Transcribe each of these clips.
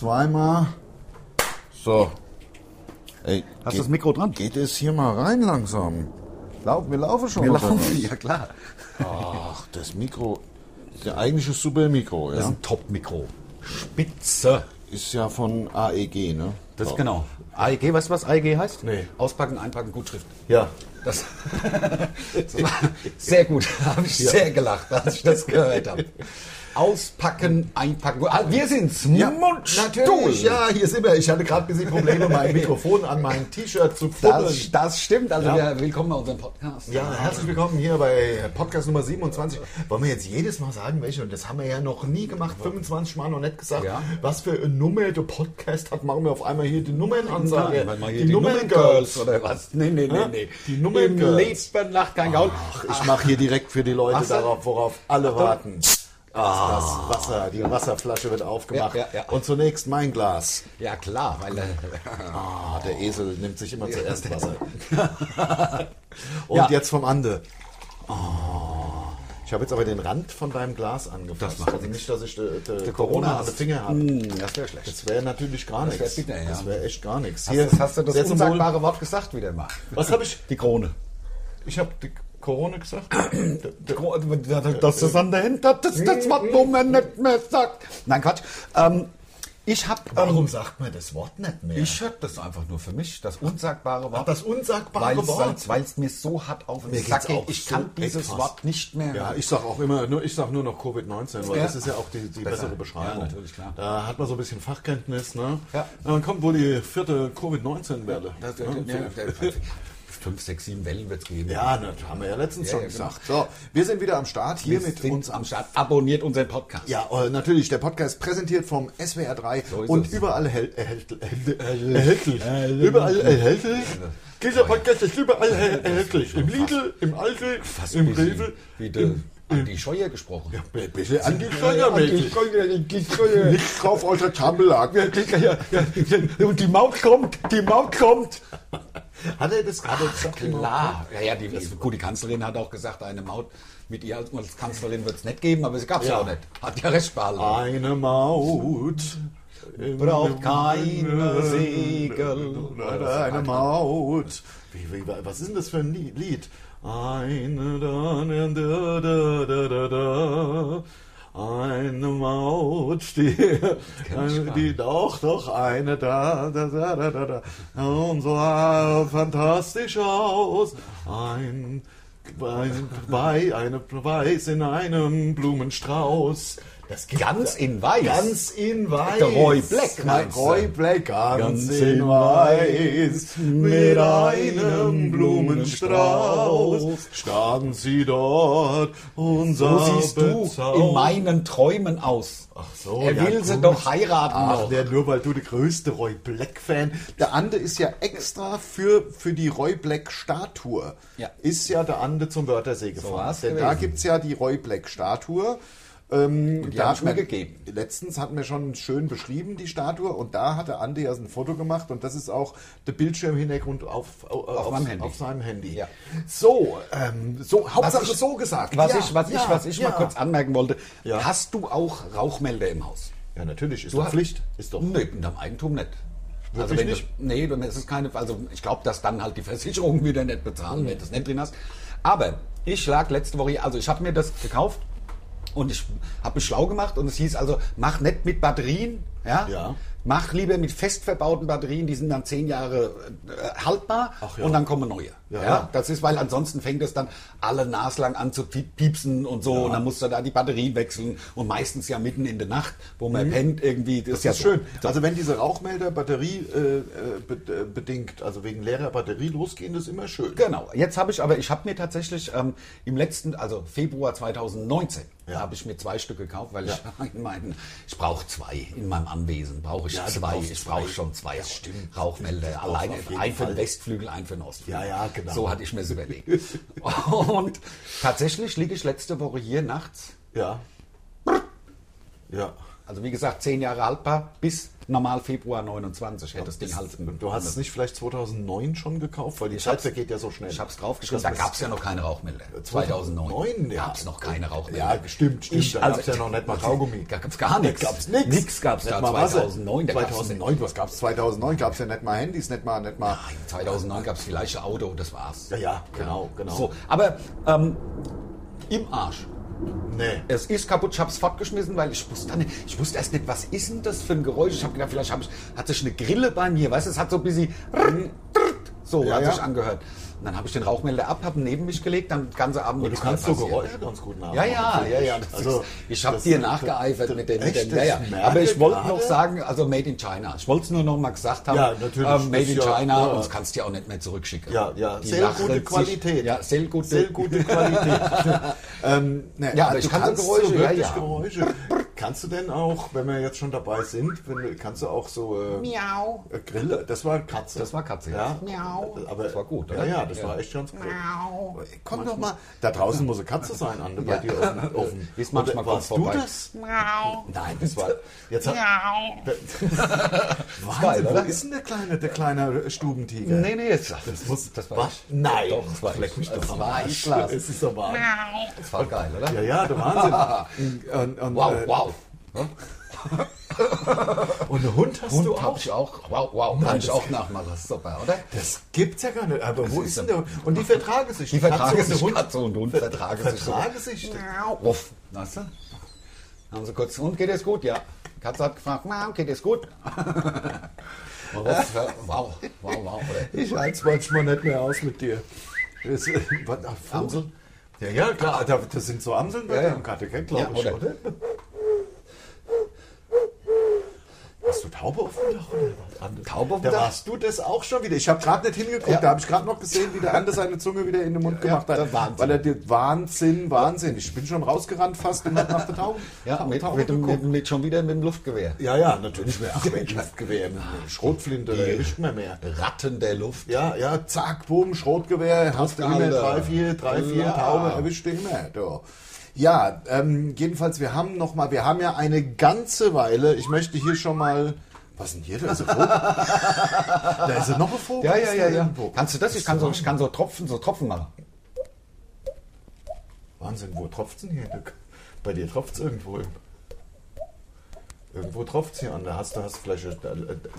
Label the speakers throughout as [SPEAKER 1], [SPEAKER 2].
[SPEAKER 1] Zweimal.
[SPEAKER 2] So. Ey,
[SPEAKER 3] Hast du
[SPEAKER 2] geht,
[SPEAKER 3] das Mikro dran?
[SPEAKER 2] geht es hier mal rein langsam? Lauf, wir laufen schon.
[SPEAKER 3] Wir
[SPEAKER 2] oder
[SPEAKER 3] laufen,
[SPEAKER 2] was?
[SPEAKER 3] ja klar.
[SPEAKER 2] Ach, das Mikro. Ist ja eigentlich ein super Mikro,
[SPEAKER 3] Das
[SPEAKER 2] ja?
[SPEAKER 3] ist ein Top-Mikro. Spitze.
[SPEAKER 2] Ist ja von AEG, ne?
[SPEAKER 3] Das
[SPEAKER 2] So.
[SPEAKER 3] ist genau. AEG, weißt du, was AEG heißt?
[SPEAKER 2] Nee.
[SPEAKER 3] Auspacken, einpacken, Gutschrift.
[SPEAKER 2] Ja.
[SPEAKER 3] Das, das war sehr gut. Da habe ich sehr gelacht, als ich das gehört habe. Auspacken, einpacken. Ah, wir sind's.
[SPEAKER 2] Ja,
[SPEAKER 3] natürlich.
[SPEAKER 2] Natürlich, ja, hier sind wir. Ich hatte gerade ein bisschen Probleme, mein Mikrofon an meinem T-Shirt zu fummeln.
[SPEAKER 3] Das, das stimmt. Also
[SPEAKER 2] Ja.
[SPEAKER 3] wir, willkommen bei unserem Podcast.
[SPEAKER 2] Ja, herzlich willkommen hier bei Podcast Nummer 27. Wollen wir jetzt jedes Mal sagen, welche? Und das haben wir ja noch nie gemacht, 25 Mal noch nicht gesagt.
[SPEAKER 3] Ja.
[SPEAKER 2] Was für eine Nummer der Podcast hat, machen wir auf einmal hier die Nummernansage.
[SPEAKER 3] Weil man hier
[SPEAKER 2] Die, Nummern Girls.
[SPEAKER 3] oder was? Nee, nee, nee,
[SPEAKER 2] Ja?
[SPEAKER 3] nee.
[SPEAKER 2] Die Nummern Girls.
[SPEAKER 3] Leben lacht kein Gaul.
[SPEAKER 2] Ach, ich mache hier direkt für die Leute
[SPEAKER 3] Ach so.
[SPEAKER 2] darauf, worauf alle warten. Ah. Das Wasser, die Wasserflasche wird aufgemacht.
[SPEAKER 3] Ja, ja, ja.
[SPEAKER 2] Und zunächst mein Glas.
[SPEAKER 3] Ja klar, weil äh,
[SPEAKER 2] Ah, der Esel nimmt sich immer zuerst Wasser. Und jetzt vom Ande. Ah. Ich habe jetzt aber den Rand von deinem Glas angefasst.
[SPEAKER 3] Das macht
[SPEAKER 2] also nicht, dass ich de, de Corona, an
[SPEAKER 3] Corona
[SPEAKER 2] den
[SPEAKER 3] hast.
[SPEAKER 2] Finger habe.
[SPEAKER 3] mh, Hm, das wäre schlecht.
[SPEAKER 2] Das wäre natürlich gar
[SPEAKER 3] Das wär
[SPEAKER 2] nichts.
[SPEAKER 3] bitter, ja.
[SPEAKER 2] Das wäre echt gar nichts.
[SPEAKER 3] Hier hast, hast du das
[SPEAKER 2] sehr zum Wohl.
[SPEAKER 3] unsagbare Wort gesagt wieder mal.
[SPEAKER 2] Was habe ich?
[SPEAKER 3] Die Krone.
[SPEAKER 2] Ich habe die Corona gesagt.
[SPEAKER 3] Das ist an der Hinter, das ist das, was man nicht mehr sagt. Nein, Quatsch. Ähm, ich habe...
[SPEAKER 2] Warum sagt man das Wort nicht mehr?
[SPEAKER 3] Ich hab das einfach nur für mich, das unsagbare Wort.
[SPEAKER 2] das unsagbare
[SPEAKER 3] weil's,
[SPEAKER 2] Wort.
[SPEAKER 3] weil's- Weil's mir so hart auf den
[SPEAKER 2] Mir geht's
[SPEAKER 3] Sack geht.
[SPEAKER 2] auch
[SPEAKER 3] Ich
[SPEAKER 2] so
[SPEAKER 3] kann dieses
[SPEAKER 2] etwas.
[SPEAKER 3] Wort nicht mehr.
[SPEAKER 2] Ja, ich sag auch immer, nur, ich sag nur noch Covid-19, weil
[SPEAKER 3] Ja.
[SPEAKER 2] das ist ja auch die, die
[SPEAKER 3] Besser.
[SPEAKER 2] bessere Beschreibung.
[SPEAKER 3] Ja, natürlich, klar.
[SPEAKER 2] Da hat man so ein bisschen Fachkenntnis, ne?
[SPEAKER 3] Ja.
[SPEAKER 2] Dann kommt wohl die vierte Covid-19-Welle.
[SPEAKER 3] Das- das- das- Fünf, sechs, sieben Wellen wird's geben.
[SPEAKER 2] Ja, ne, das haben wir ja letztens
[SPEAKER 3] Ja,
[SPEAKER 2] schon
[SPEAKER 3] ja, genau.
[SPEAKER 2] gesagt. So, wir sind wieder am Start hier
[SPEAKER 3] Wir
[SPEAKER 2] mit
[SPEAKER 3] sind
[SPEAKER 2] uns am
[SPEAKER 3] am Start. Abonniert unseren Podcast.
[SPEAKER 2] ja, äh, natürlich, der Podcast präsentiert vom SWR 3
[SPEAKER 3] So ist
[SPEAKER 2] und
[SPEAKER 3] es.
[SPEAKER 2] überall äh, erhält- erhält- erhält- erhältlich. Überall erhältlich. Dieser Podcast ist überall erhält- erhältlich. Im Lidl, im Aldi,
[SPEAKER 3] Fast
[SPEAKER 2] im
[SPEAKER 3] ein bisschen
[SPEAKER 2] Rewe,
[SPEAKER 3] Wie
[SPEAKER 2] im
[SPEAKER 3] der Andi Scheuer gesprochen. Ja,
[SPEAKER 2] Ein bisschen an die
[SPEAKER 3] Andi
[SPEAKER 2] Steuermäßig.
[SPEAKER 3] Scheuer, Andi Scheuer.
[SPEAKER 2] Nicht drauf eurer Chambelag.
[SPEAKER 3] Ja, ja, ja, ja. Und die Maut kommt, die Maut kommt. genau.
[SPEAKER 2] Hat er das gerade gesagt?
[SPEAKER 3] Klar,
[SPEAKER 2] ne?
[SPEAKER 3] ja, ja, die, das, gut, die Kanzlerin hat auch gesagt, eine Maut mit ihr als- als Kanzlerin wird es nicht geben, aber es gab es ja.
[SPEAKER 2] Ja. Ah,
[SPEAKER 3] auch nicht. Hat ja recht behalten.
[SPEAKER 2] Eine Maut.
[SPEAKER 3] Braucht keine Segel.
[SPEAKER 2] Eine Maut. Wie, wie, was ist denn das für ein Lied- Lied? Eine, da, ne, da, da, da, da, da. Eine Maut, die, eine, die doch, doch, eine da, da, da, da, da, da. Und sah fantastisch aus. Ein, ein, bei, eine Weiß in einem Blumenstrauß. Das gibt
[SPEAKER 3] Ganz in weiß.
[SPEAKER 2] Ganz in weiß.
[SPEAKER 3] Der Roy Black
[SPEAKER 2] Na,
[SPEAKER 3] meinst du?
[SPEAKER 2] Roy Black, ganz,
[SPEAKER 3] Ganz in
[SPEAKER 2] in weiß. Mit einem Blumenstrauß standen sie dort und
[SPEAKER 3] so siehst du
[SPEAKER 2] meinem.
[SPEAKER 3] in meinen Träumen aus.
[SPEAKER 2] Ach so,
[SPEAKER 3] er
[SPEAKER 2] ja,
[SPEAKER 3] will sie
[SPEAKER 2] gut.
[SPEAKER 3] doch heiraten.
[SPEAKER 2] Ach, ne,
[SPEAKER 3] noch.
[SPEAKER 2] der, nur weil du der größte Roy Black-Fan. Der Ande ist ja extra für, für die Roy Black-Statue.
[SPEAKER 3] Ja.
[SPEAKER 2] Ist ja der Ande zum Wörthersee gefahren.
[SPEAKER 3] war's
[SPEAKER 2] Denn da
[SPEAKER 3] gewesen.
[SPEAKER 2] gibt es ja die Roy Black-Statue. Ähm,
[SPEAKER 3] die
[SPEAKER 2] da
[SPEAKER 3] hab
[SPEAKER 2] hat
[SPEAKER 3] ich mir
[SPEAKER 2] man-
[SPEAKER 3] gegeben.
[SPEAKER 2] Letztens hatten wir schon schön beschrieben, die Statue, und da hat der Andi ja so ein Foto gemacht, und das ist auch der Bildschirmhintergrund auf, auf, auf,
[SPEAKER 3] meinem Handy.
[SPEAKER 2] auf seinem Handy.
[SPEAKER 3] Ja.
[SPEAKER 2] So, ähm, so, Hauptsache
[SPEAKER 3] ich-
[SPEAKER 2] so gesagt.
[SPEAKER 3] Was
[SPEAKER 2] Ja,
[SPEAKER 3] ich, was
[SPEAKER 2] ja,
[SPEAKER 3] ich, was ich
[SPEAKER 2] ja.
[SPEAKER 3] mal kurz anmerken wollte,
[SPEAKER 2] Ja.
[SPEAKER 3] hast du auch Rauchmelder im Haus?
[SPEAKER 2] Ja, natürlich, ist
[SPEAKER 3] Du
[SPEAKER 2] doch
[SPEAKER 3] hast-
[SPEAKER 2] Pflicht. Ist doch.
[SPEAKER 3] Nee, in deinem Eigentum nicht. Also
[SPEAKER 2] Wirklich
[SPEAKER 3] wenn
[SPEAKER 2] nicht?
[SPEAKER 3] Du, nee, dann ist es keine. Also ich glaube, dass dann halt die Versicherung wieder nicht bezahlen, wenn du es nicht drin hast. Aber ich lag letzte Woche, also ich habe mir das gekauft und ich habe mich schlau gemacht und es hieß also, mach nicht mit Batterien, ja.
[SPEAKER 2] Ja.
[SPEAKER 3] Mach lieber mit fest verbauten Batterien, die sind dann zehn Jahre äh, haltbar
[SPEAKER 2] Ach ja.
[SPEAKER 3] und dann kommen neue.
[SPEAKER 2] Ja,
[SPEAKER 3] Ja,
[SPEAKER 2] ja.
[SPEAKER 3] Das ist, weil ansonsten fängt es dann alle naslang an zu piep- piepsen und so und dann musst du da die Batterie wechseln und meistens ja mitten in der Nacht, wo man pennt irgendwie. Das,
[SPEAKER 2] Mhm. Das ist
[SPEAKER 3] ist ja so.
[SPEAKER 2] schön. Also wenn diese Rauchmelder Batterie äh, äh, be äh, bedingt, also wegen leerer Batterie losgehen, das ist immer schön.
[SPEAKER 3] Genau, jetzt habe ich aber, ich habe mir tatsächlich ähm, im letzten, also Februar 2019,
[SPEAKER 2] Ja.
[SPEAKER 3] habe ich mir zwei Stück gekauft, weil ich in meinen, ich brauche zwei in meinem Anwesen, brauche ich
[SPEAKER 2] Ja, du
[SPEAKER 3] zwei,
[SPEAKER 2] brauchst
[SPEAKER 3] ich
[SPEAKER 2] zwei.
[SPEAKER 3] brauche schon zwei
[SPEAKER 2] Das stimmt. Das
[SPEAKER 3] Rauchmelder,
[SPEAKER 2] brauchst du
[SPEAKER 3] alleine,
[SPEAKER 2] auf jeden
[SPEAKER 3] ein für den
[SPEAKER 2] Fall.
[SPEAKER 3] Westflügel, ein für den Ostflügel.
[SPEAKER 2] Ja, ja, genau.
[SPEAKER 3] So hatte ich mir es überlegt. Und tatsächlich liege ich letzte Woche hier nachts
[SPEAKER 2] Ja. Ja.
[SPEAKER 3] Also wie gesagt, zehn Jahre haltbar bis normal Februar 29 hätte das Ding halten.
[SPEAKER 2] Du hast es nicht vielleicht 2009 schon gekauft, weil die Zeit
[SPEAKER 3] hab's-
[SPEAKER 2] vergeht ja so schnell.
[SPEAKER 3] Ich habe es draufgeschrieben, da gab es ja noch keine Rauchmelder.
[SPEAKER 2] 2009, ja.
[SPEAKER 3] gab es noch keine Rauchmelder.
[SPEAKER 2] Ja, stimmt, stimmt.
[SPEAKER 3] Ich-
[SPEAKER 2] da
[SPEAKER 3] also-
[SPEAKER 2] gab es ja noch nicht mal Kaugummi.
[SPEAKER 3] Da gab's gar nichts.
[SPEAKER 2] Da gab's nix.
[SPEAKER 3] Nix gab's
[SPEAKER 2] Nicht
[SPEAKER 3] da
[SPEAKER 2] mal Wasser.
[SPEAKER 3] 2009, da gab's
[SPEAKER 2] 2009, was gab's 2009? Gab es ja nicht mal Handys, nicht mal, nicht mal.
[SPEAKER 3] 2009 gab es vielleicht ein Auto und das war's.
[SPEAKER 2] Ja, ja, genau, genau.
[SPEAKER 3] So, aber ähm, im Arsch.
[SPEAKER 2] Nee.
[SPEAKER 3] Es ist kaputt, ich habe es fortgeschmissen, weil ich wusste, dann, ich wusste erst nicht, was ist denn das für ein Geräusch. Ich habe gedacht, vielleicht hab ich, hat sich eine Grille bei mir, weißt du, es hat so ein bisschen so
[SPEAKER 2] Ja,
[SPEAKER 3] hat
[SPEAKER 2] ja.
[SPEAKER 3] sich angehört. Und dann habe ich den Rauchmelder ab, habe ihn neben mich gelegt, dann den ganzen Abend
[SPEAKER 2] Aber du
[SPEAKER 3] nichts mehr
[SPEAKER 2] kannst so
[SPEAKER 3] passiert. ne?
[SPEAKER 2] Geräusche ganz gut
[SPEAKER 3] Ja,
[SPEAKER 2] nachmachen.
[SPEAKER 3] ja,
[SPEAKER 2] finde
[SPEAKER 3] ja,
[SPEAKER 2] ich.
[SPEAKER 3] ja. Das
[SPEAKER 2] Also,
[SPEAKER 3] ist, ich habe
[SPEAKER 2] das-
[SPEAKER 3] dir nachgeeifert mit dem. Mit
[SPEAKER 2] Echt?
[SPEAKER 3] dem ja, ja.
[SPEAKER 2] Ich merke
[SPEAKER 3] Aber ich wollte noch
[SPEAKER 2] gerade-
[SPEAKER 3] sagen, also Made in China. Ich wollte es nur noch mal gesagt haben.
[SPEAKER 2] Ja, natürlich,
[SPEAKER 3] Ähm, made
[SPEAKER 2] das
[SPEAKER 3] in
[SPEAKER 2] ist ja-
[SPEAKER 3] China
[SPEAKER 2] ja.
[SPEAKER 3] und das kannst du ja auch nicht mehr zurückschicken.
[SPEAKER 2] Ja, ja.
[SPEAKER 3] Die
[SPEAKER 2] Sehr
[SPEAKER 3] lachen
[SPEAKER 2] gute
[SPEAKER 3] sich-
[SPEAKER 2] Qualität.
[SPEAKER 3] Ja, sehr gute.
[SPEAKER 2] Sehr gute Qualität. ähm, nee,
[SPEAKER 3] Ja, aber
[SPEAKER 2] du
[SPEAKER 3] ich kann so
[SPEAKER 2] kannst
[SPEAKER 3] Geräusche, ja,
[SPEAKER 2] wirklich
[SPEAKER 3] ja.
[SPEAKER 2] Geräusche. Kannst du denn auch, wenn wir jetzt schon dabei sind, wenn, du- kannst du auch so äh,
[SPEAKER 1] Miau.
[SPEAKER 2] äh, Grille, das war Katze.
[SPEAKER 3] Das war Katze,
[SPEAKER 2] ja.
[SPEAKER 3] ja.
[SPEAKER 1] Miau.
[SPEAKER 2] Aber,
[SPEAKER 3] Das war gut,
[SPEAKER 2] ja,
[SPEAKER 3] oder?
[SPEAKER 2] ja, das
[SPEAKER 3] Ja.
[SPEAKER 2] war echt ganz gut.
[SPEAKER 1] Miau.
[SPEAKER 2] Komm doch mal, da draußen muss eine Katze sein, Ande, bei
[SPEAKER 3] Ja.
[SPEAKER 2] dir auf dem, auf dem
[SPEAKER 3] Ist manchmal
[SPEAKER 2] Oder
[SPEAKER 3] kurz
[SPEAKER 2] Warst du
[SPEAKER 3] vorbei.
[SPEAKER 2] das?
[SPEAKER 1] Miau.
[SPEAKER 2] Nein, das war, jetzt hat,
[SPEAKER 1] Miau.
[SPEAKER 2] Wahnsinn,
[SPEAKER 3] geil,
[SPEAKER 2] wo
[SPEAKER 3] oder?
[SPEAKER 2] ist denn der kleine, der kleine äh, Stubentiger?
[SPEAKER 3] Nee, nee, das, das,
[SPEAKER 2] muss-
[SPEAKER 3] das
[SPEAKER 2] war-
[SPEAKER 3] war ich.
[SPEAKER 2] Nein.
[SPEAKER 3] Doch, das war
[SPEAKER 2] Leck
[SPEAKER 3] ich.
[SPEAKER 2] mich
[SPEAKER 3] Das
[SPEAKER 2] doch am
[SPEAKER 3] war
[SPEAKER 2] Arsch.
[SPEAKER 3] ich, Lars.
[SPEAKER 2] Es ist aber.
[SPEAKER 1] Miau.
[SPEAKER 3] Das war geil, oder?
[SPEAKER 2] Ja, ja, der Wahnsinn. und, und,
[SPEAKER 3] Wow,
[SPEAKER 2] äh,
[SPEAKER 3] wow.
[SPEAKER 2] Und einen Hund hast du
[SPEAKER 3] Hund
[SPEAKER 2] auch?
[SPEAKER 3] habe ich auch. Wow, wow. Kann ich
[SPEAKER 2] das-
[SPEAKER 3] auch nachmachen. Das ist super, oder?
[SPEAKER 2] Das gibt's ja gar nicht. Aber wo ist
[SPEAKER 3] ist
[SPEAKER 2] denn der Hund? Und die vertragen sich.
[SPEAKER 3] Die vertragen
[SPEAKER 2] Katze und
[SPEAKER 3] sich,
[SPEAKER 2] der Hund.
[SPEAKER 3] Katze und Hund vertragen sich. so.
[SPEAKER 2] Vertragen sich.
[SPEAKER 3] Ruff. Weißt du? Haben sie kurz, und geht es gut? Ja. Katze hat gefragt, Mom, geht es gut? Und Ruff, ja, wow, wow, wow. Oder?
[SPEAKER 2] Ich halte manchmal nicht mehr aus mit dir. Das, äh, was, ach, Vogel?
[SPEAKER 3] Amsel?
[SPEAKER 2] Ja, ja, klar. da- Das sind so Amseln ne? bei
[SPEAKER 3] Ja,
[SPEAKER 2] ja,
[SPEAKER 3] ja.
[SPEAKER 2] dem Katechen, glaube
[SPEAKER 3] Ja,
[SPEAKER 2] ich, ne? oder?
[SPEAKER 3] oder?
[SPEAKER 2] Hast du Taube auf dem Dach oder was anderes?
[SPEAKER 3] Taube auf dem
[SPEAKER 2] Da
[SPEAKER 3] Dach?
[SPEAKER 2] warst du das auch schon wieder. Ich habe gerade nicht hingeguckt.
[SPEAKER 3] Ja.
[SPEAKER 2] Da habe ich gerade noch gesehen, wie der Ande seine Zunge wieder in den Mund
[SPEAKER 3] Ja,
[SPEAKER 2] gemacht hat.
[SPEAKER 3] das Wahnsinn.
[SPEAKER 2] Weil er dir Wahnsinn, Wahnsinn. Ich bin schon rausgerannt fast und hab nach der Taube.
[SPEAKER 3] Ja,
[SPEAKER 2] Taube-
[SPEAKER 3] mit,
[SPEAKER 2] Taube
[SPEAKER 3] mit, dem-
[SPEAKER 2] geguckt.
[SPEAKER 3] mit, mit, schon wieder mit dem Luftgewehr.
[SPEAKER 2] Ja, ja, natürlich. Ach, mit Luftgewehr, mit Schrotflinte, da erwischt man mehr.
[SPEAKER 3] Ratten der Luft.
[SPEAKER 2] Ja, ja, zack, boom, Schrotgewehr, hast du immer
[SPEAKER 3] Alter.
[SPEAKER 2] drei, vier, drei, vier
[SPEAKER 3] Ja.
[SPEAKER 2] Taube, erwischt du immer. Du. Ja, ähm, jedenfalls, wir haben noch mal, wir haben ja eine ganze Weile, ich möchte hier schon mal, was denn hier, da ist ein Vogel? da ist ja noch ein Vogel.
[SPEAKER 3] Ja,
[SPEAKER 2] ist
[SPEAKER 3] ja,
[SPEAKER 2] da
[SPEAKER 3] ja, ja.
[SPEAKER 2] irgendwo.
[SPEAKER 3] Kannst du das? Ich kann so, ich kann so Tropfen, so Tropfen machen.
[SPEAKER 2] Wahnsinn, wo tropft's denn hier? Bei dir tropft's irgendwo. im- Irgendwo tropft's hier an. Da hast du hast vielleicht äh, äh,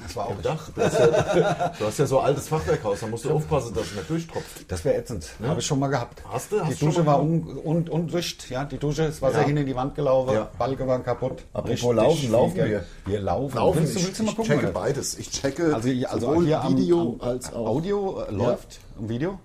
[SPEAKER 3] Das war auch
[SPEAKER 2] im Dach. Du hast, ja, du hast ja so ein altes Fachwerkhaus, da musst du aufpassen, dass es nicht durchtropft.
[SPEAKER 3] Das wäre ätzend. Habe ich schon mal gehabt.
[SPEAKER 2] Hast du? Hast
[SPEAKER 3] die
[SPEAKER 2] du schon
[SPEAKER 3] Dusche
[SPEAKER 2] mal
[SPEAKER 3] war un, un, undicht. Ja, die Dusche, das Wasser
[SPEAKER 2] Ja.
[SPEAKER 3] hin in die Wand gelaufen.
[SPEAKER 2] Ja.
[SPEAKER 3] Balken waren kaputt.
[SPEAKER 2] Apropos
[SPEAKER 3] Richtig
[SPEAKER 2] laufen, laufen
[SPEAKER 3] viel
[SPEAKER 2] wir.
[SPEAKER 3] Geld. Wir laufen. willst du, willst du mal gucken?
[SPEAKER 2] Ich checke
[SPEAKER 3] oder?
[SPEAKER 2] beides. Ich checke
[SPEAKER 3] Also hier, also
[SPEAKER 2] sowohl
[SPEAKER 3] hier am-
[SPEAKER 2] Video
[SPEAKER 3] am,
[SPEAKER 2] als auch.
[SPEAKER 3] Audio äh, läuft. Und Video?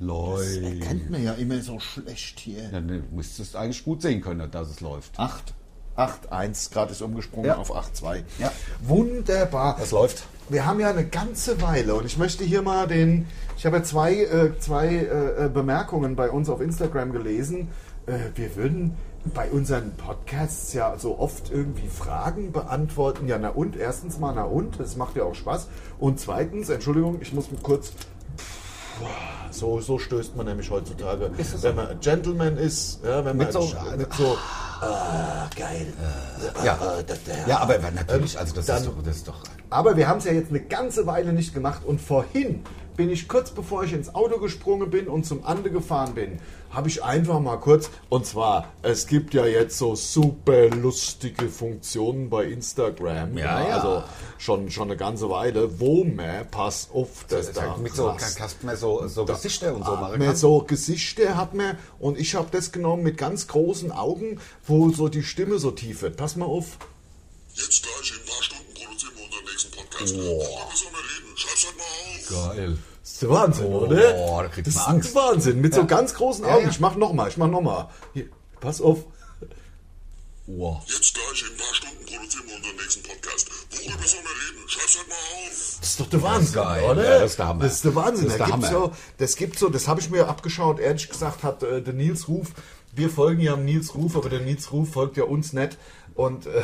[SPEAKER 3] Läuft.
[SPEAKER 2] Kennt man ja immer so schlecht hier.
[SPEAKER 3] Ja, du müsstest eigentlich gut sehen können, dass es läuft.
[SPEAKER 2] 8. 8.1 gerade ist umgesprungen
[SPEAKER 3] Ja.
[SPEAKER 2] auf 8.2.
[SPEAKER 3] Ja.
[SPEAKER 2] Wunderbar.
[SPEAKER 3] Das läuft.
[SPEAKER 2] Wir haben ja eine ganze Weile und ich möchte hier mal den. Ich habe ja zwei, äh, zwei äh, äh, Bemerkungen bei uns auf Instagram gelesen. Äh, wir würden bei unseren Podcasts ja so oft irgendwie Fragen beantworten. Ja, na und? Erstens mal, na und? Das macht ja auch Spaß. Und zweitens, Entschuldigung, ich muss kurz. So, so stößt man nämlich heutzutage, wenn man ein Gentleman ist, ja, wenn man
[SPEAKER 3] Mit so-
[SPEAKER 2] mit so ah, geil.
[SPEAKER 3] Ja.
[SPEAKER 2] Ah, das-
[SPEAKER 3] Ja, aber natürlich, also das
[SPEAKER 2] dann-
[SPEAKER 3] ist doch, das ist doch
[SPEAKER 2] aber wir haben es ja jetzt eine ganze Weile nicht gemacht und vorhin bin ich kurz bevor ich ins Auto gesprungen bin und zum Ande gefahren bin, habe ich einfach mal kurz, und zwar, es gibt ja jetzt so super lustige Funktionen bei Instagram,
[SPEAKER 3] Ja, ja.
[SPEAKER 2] also schon, schon eine ganze Weile, wo man, pass auf, dass
[SPEAKER 3] Das
[SPEAKER 2] da
[SPEAKER 3] halt mit so,
[SPEAKER 2] rast.
[SPEAKER 3] kannst du mehr so, so Gesichter und so machen.
[SPEAKER 2] Mehr
[SPEAKER 3] kannst.
[SPEAKER 2] so Gesichter hat man und ich habe das genommen mit ganz großen Augen, wo so die Stimme so tief wird. Pass mal auf.
[SPEAKER 4] Jetzt gleich in ein paar Stunden produzieren wir unseren nächsten Podcast. Worüber müssen wir reden? Schreib's halt mal auf.
[SPEAKER 3] Geil.
[SPEAKER 2] Das ist der Wahnsinn,
[SPEAKER 3] Oh,
[SPEAKER 2] oder?
[SPEAKER 3] da kriegt
[SPEAKER 2] das
[SPEAKER 3] man
[SPEAKER 2] ist
[SPEAKER 3] Angst.
[SPEAKER 2] der Wahnsinn, mit so ganz großen Augen.
[SPEAKER 3] ja.
[SPEAKER 2] Ich mach nochmal, ich mach nochmal. Pass auf.
[SPEAKER 3] Wow.
[SPEAKER 4] Jetzt gleich in ein paar Stunden produzieren wir unseren nächsten Podcast. Worüber sollen wir reden? Schreib's halt mal auf.
[SPEAKER 2] Das ist doch der Wahnsinn,
[SPEAKER 3] geil,
[SPEAKER 2] oder?
[SPEAKER 3] ja, das ist der Hammer.
[SPEAKER 2] Das ist der Wahnsinn.
[SPEAKER 3] Das ist
[SPEAKER 2] da
[SPEAKER 3] der
[SPEAKER 2] gibt's
[SPEAKER 3] Hammer.
[SPEAKER 2] so, das gibt so, das habe ich mir abgeschaut, ehrlich gesagt, hat äh, der Nils Ruf, wir folgen ja dem Nils Ruf, aber der Nils Ruf folgt ja uns nicht. Und äh,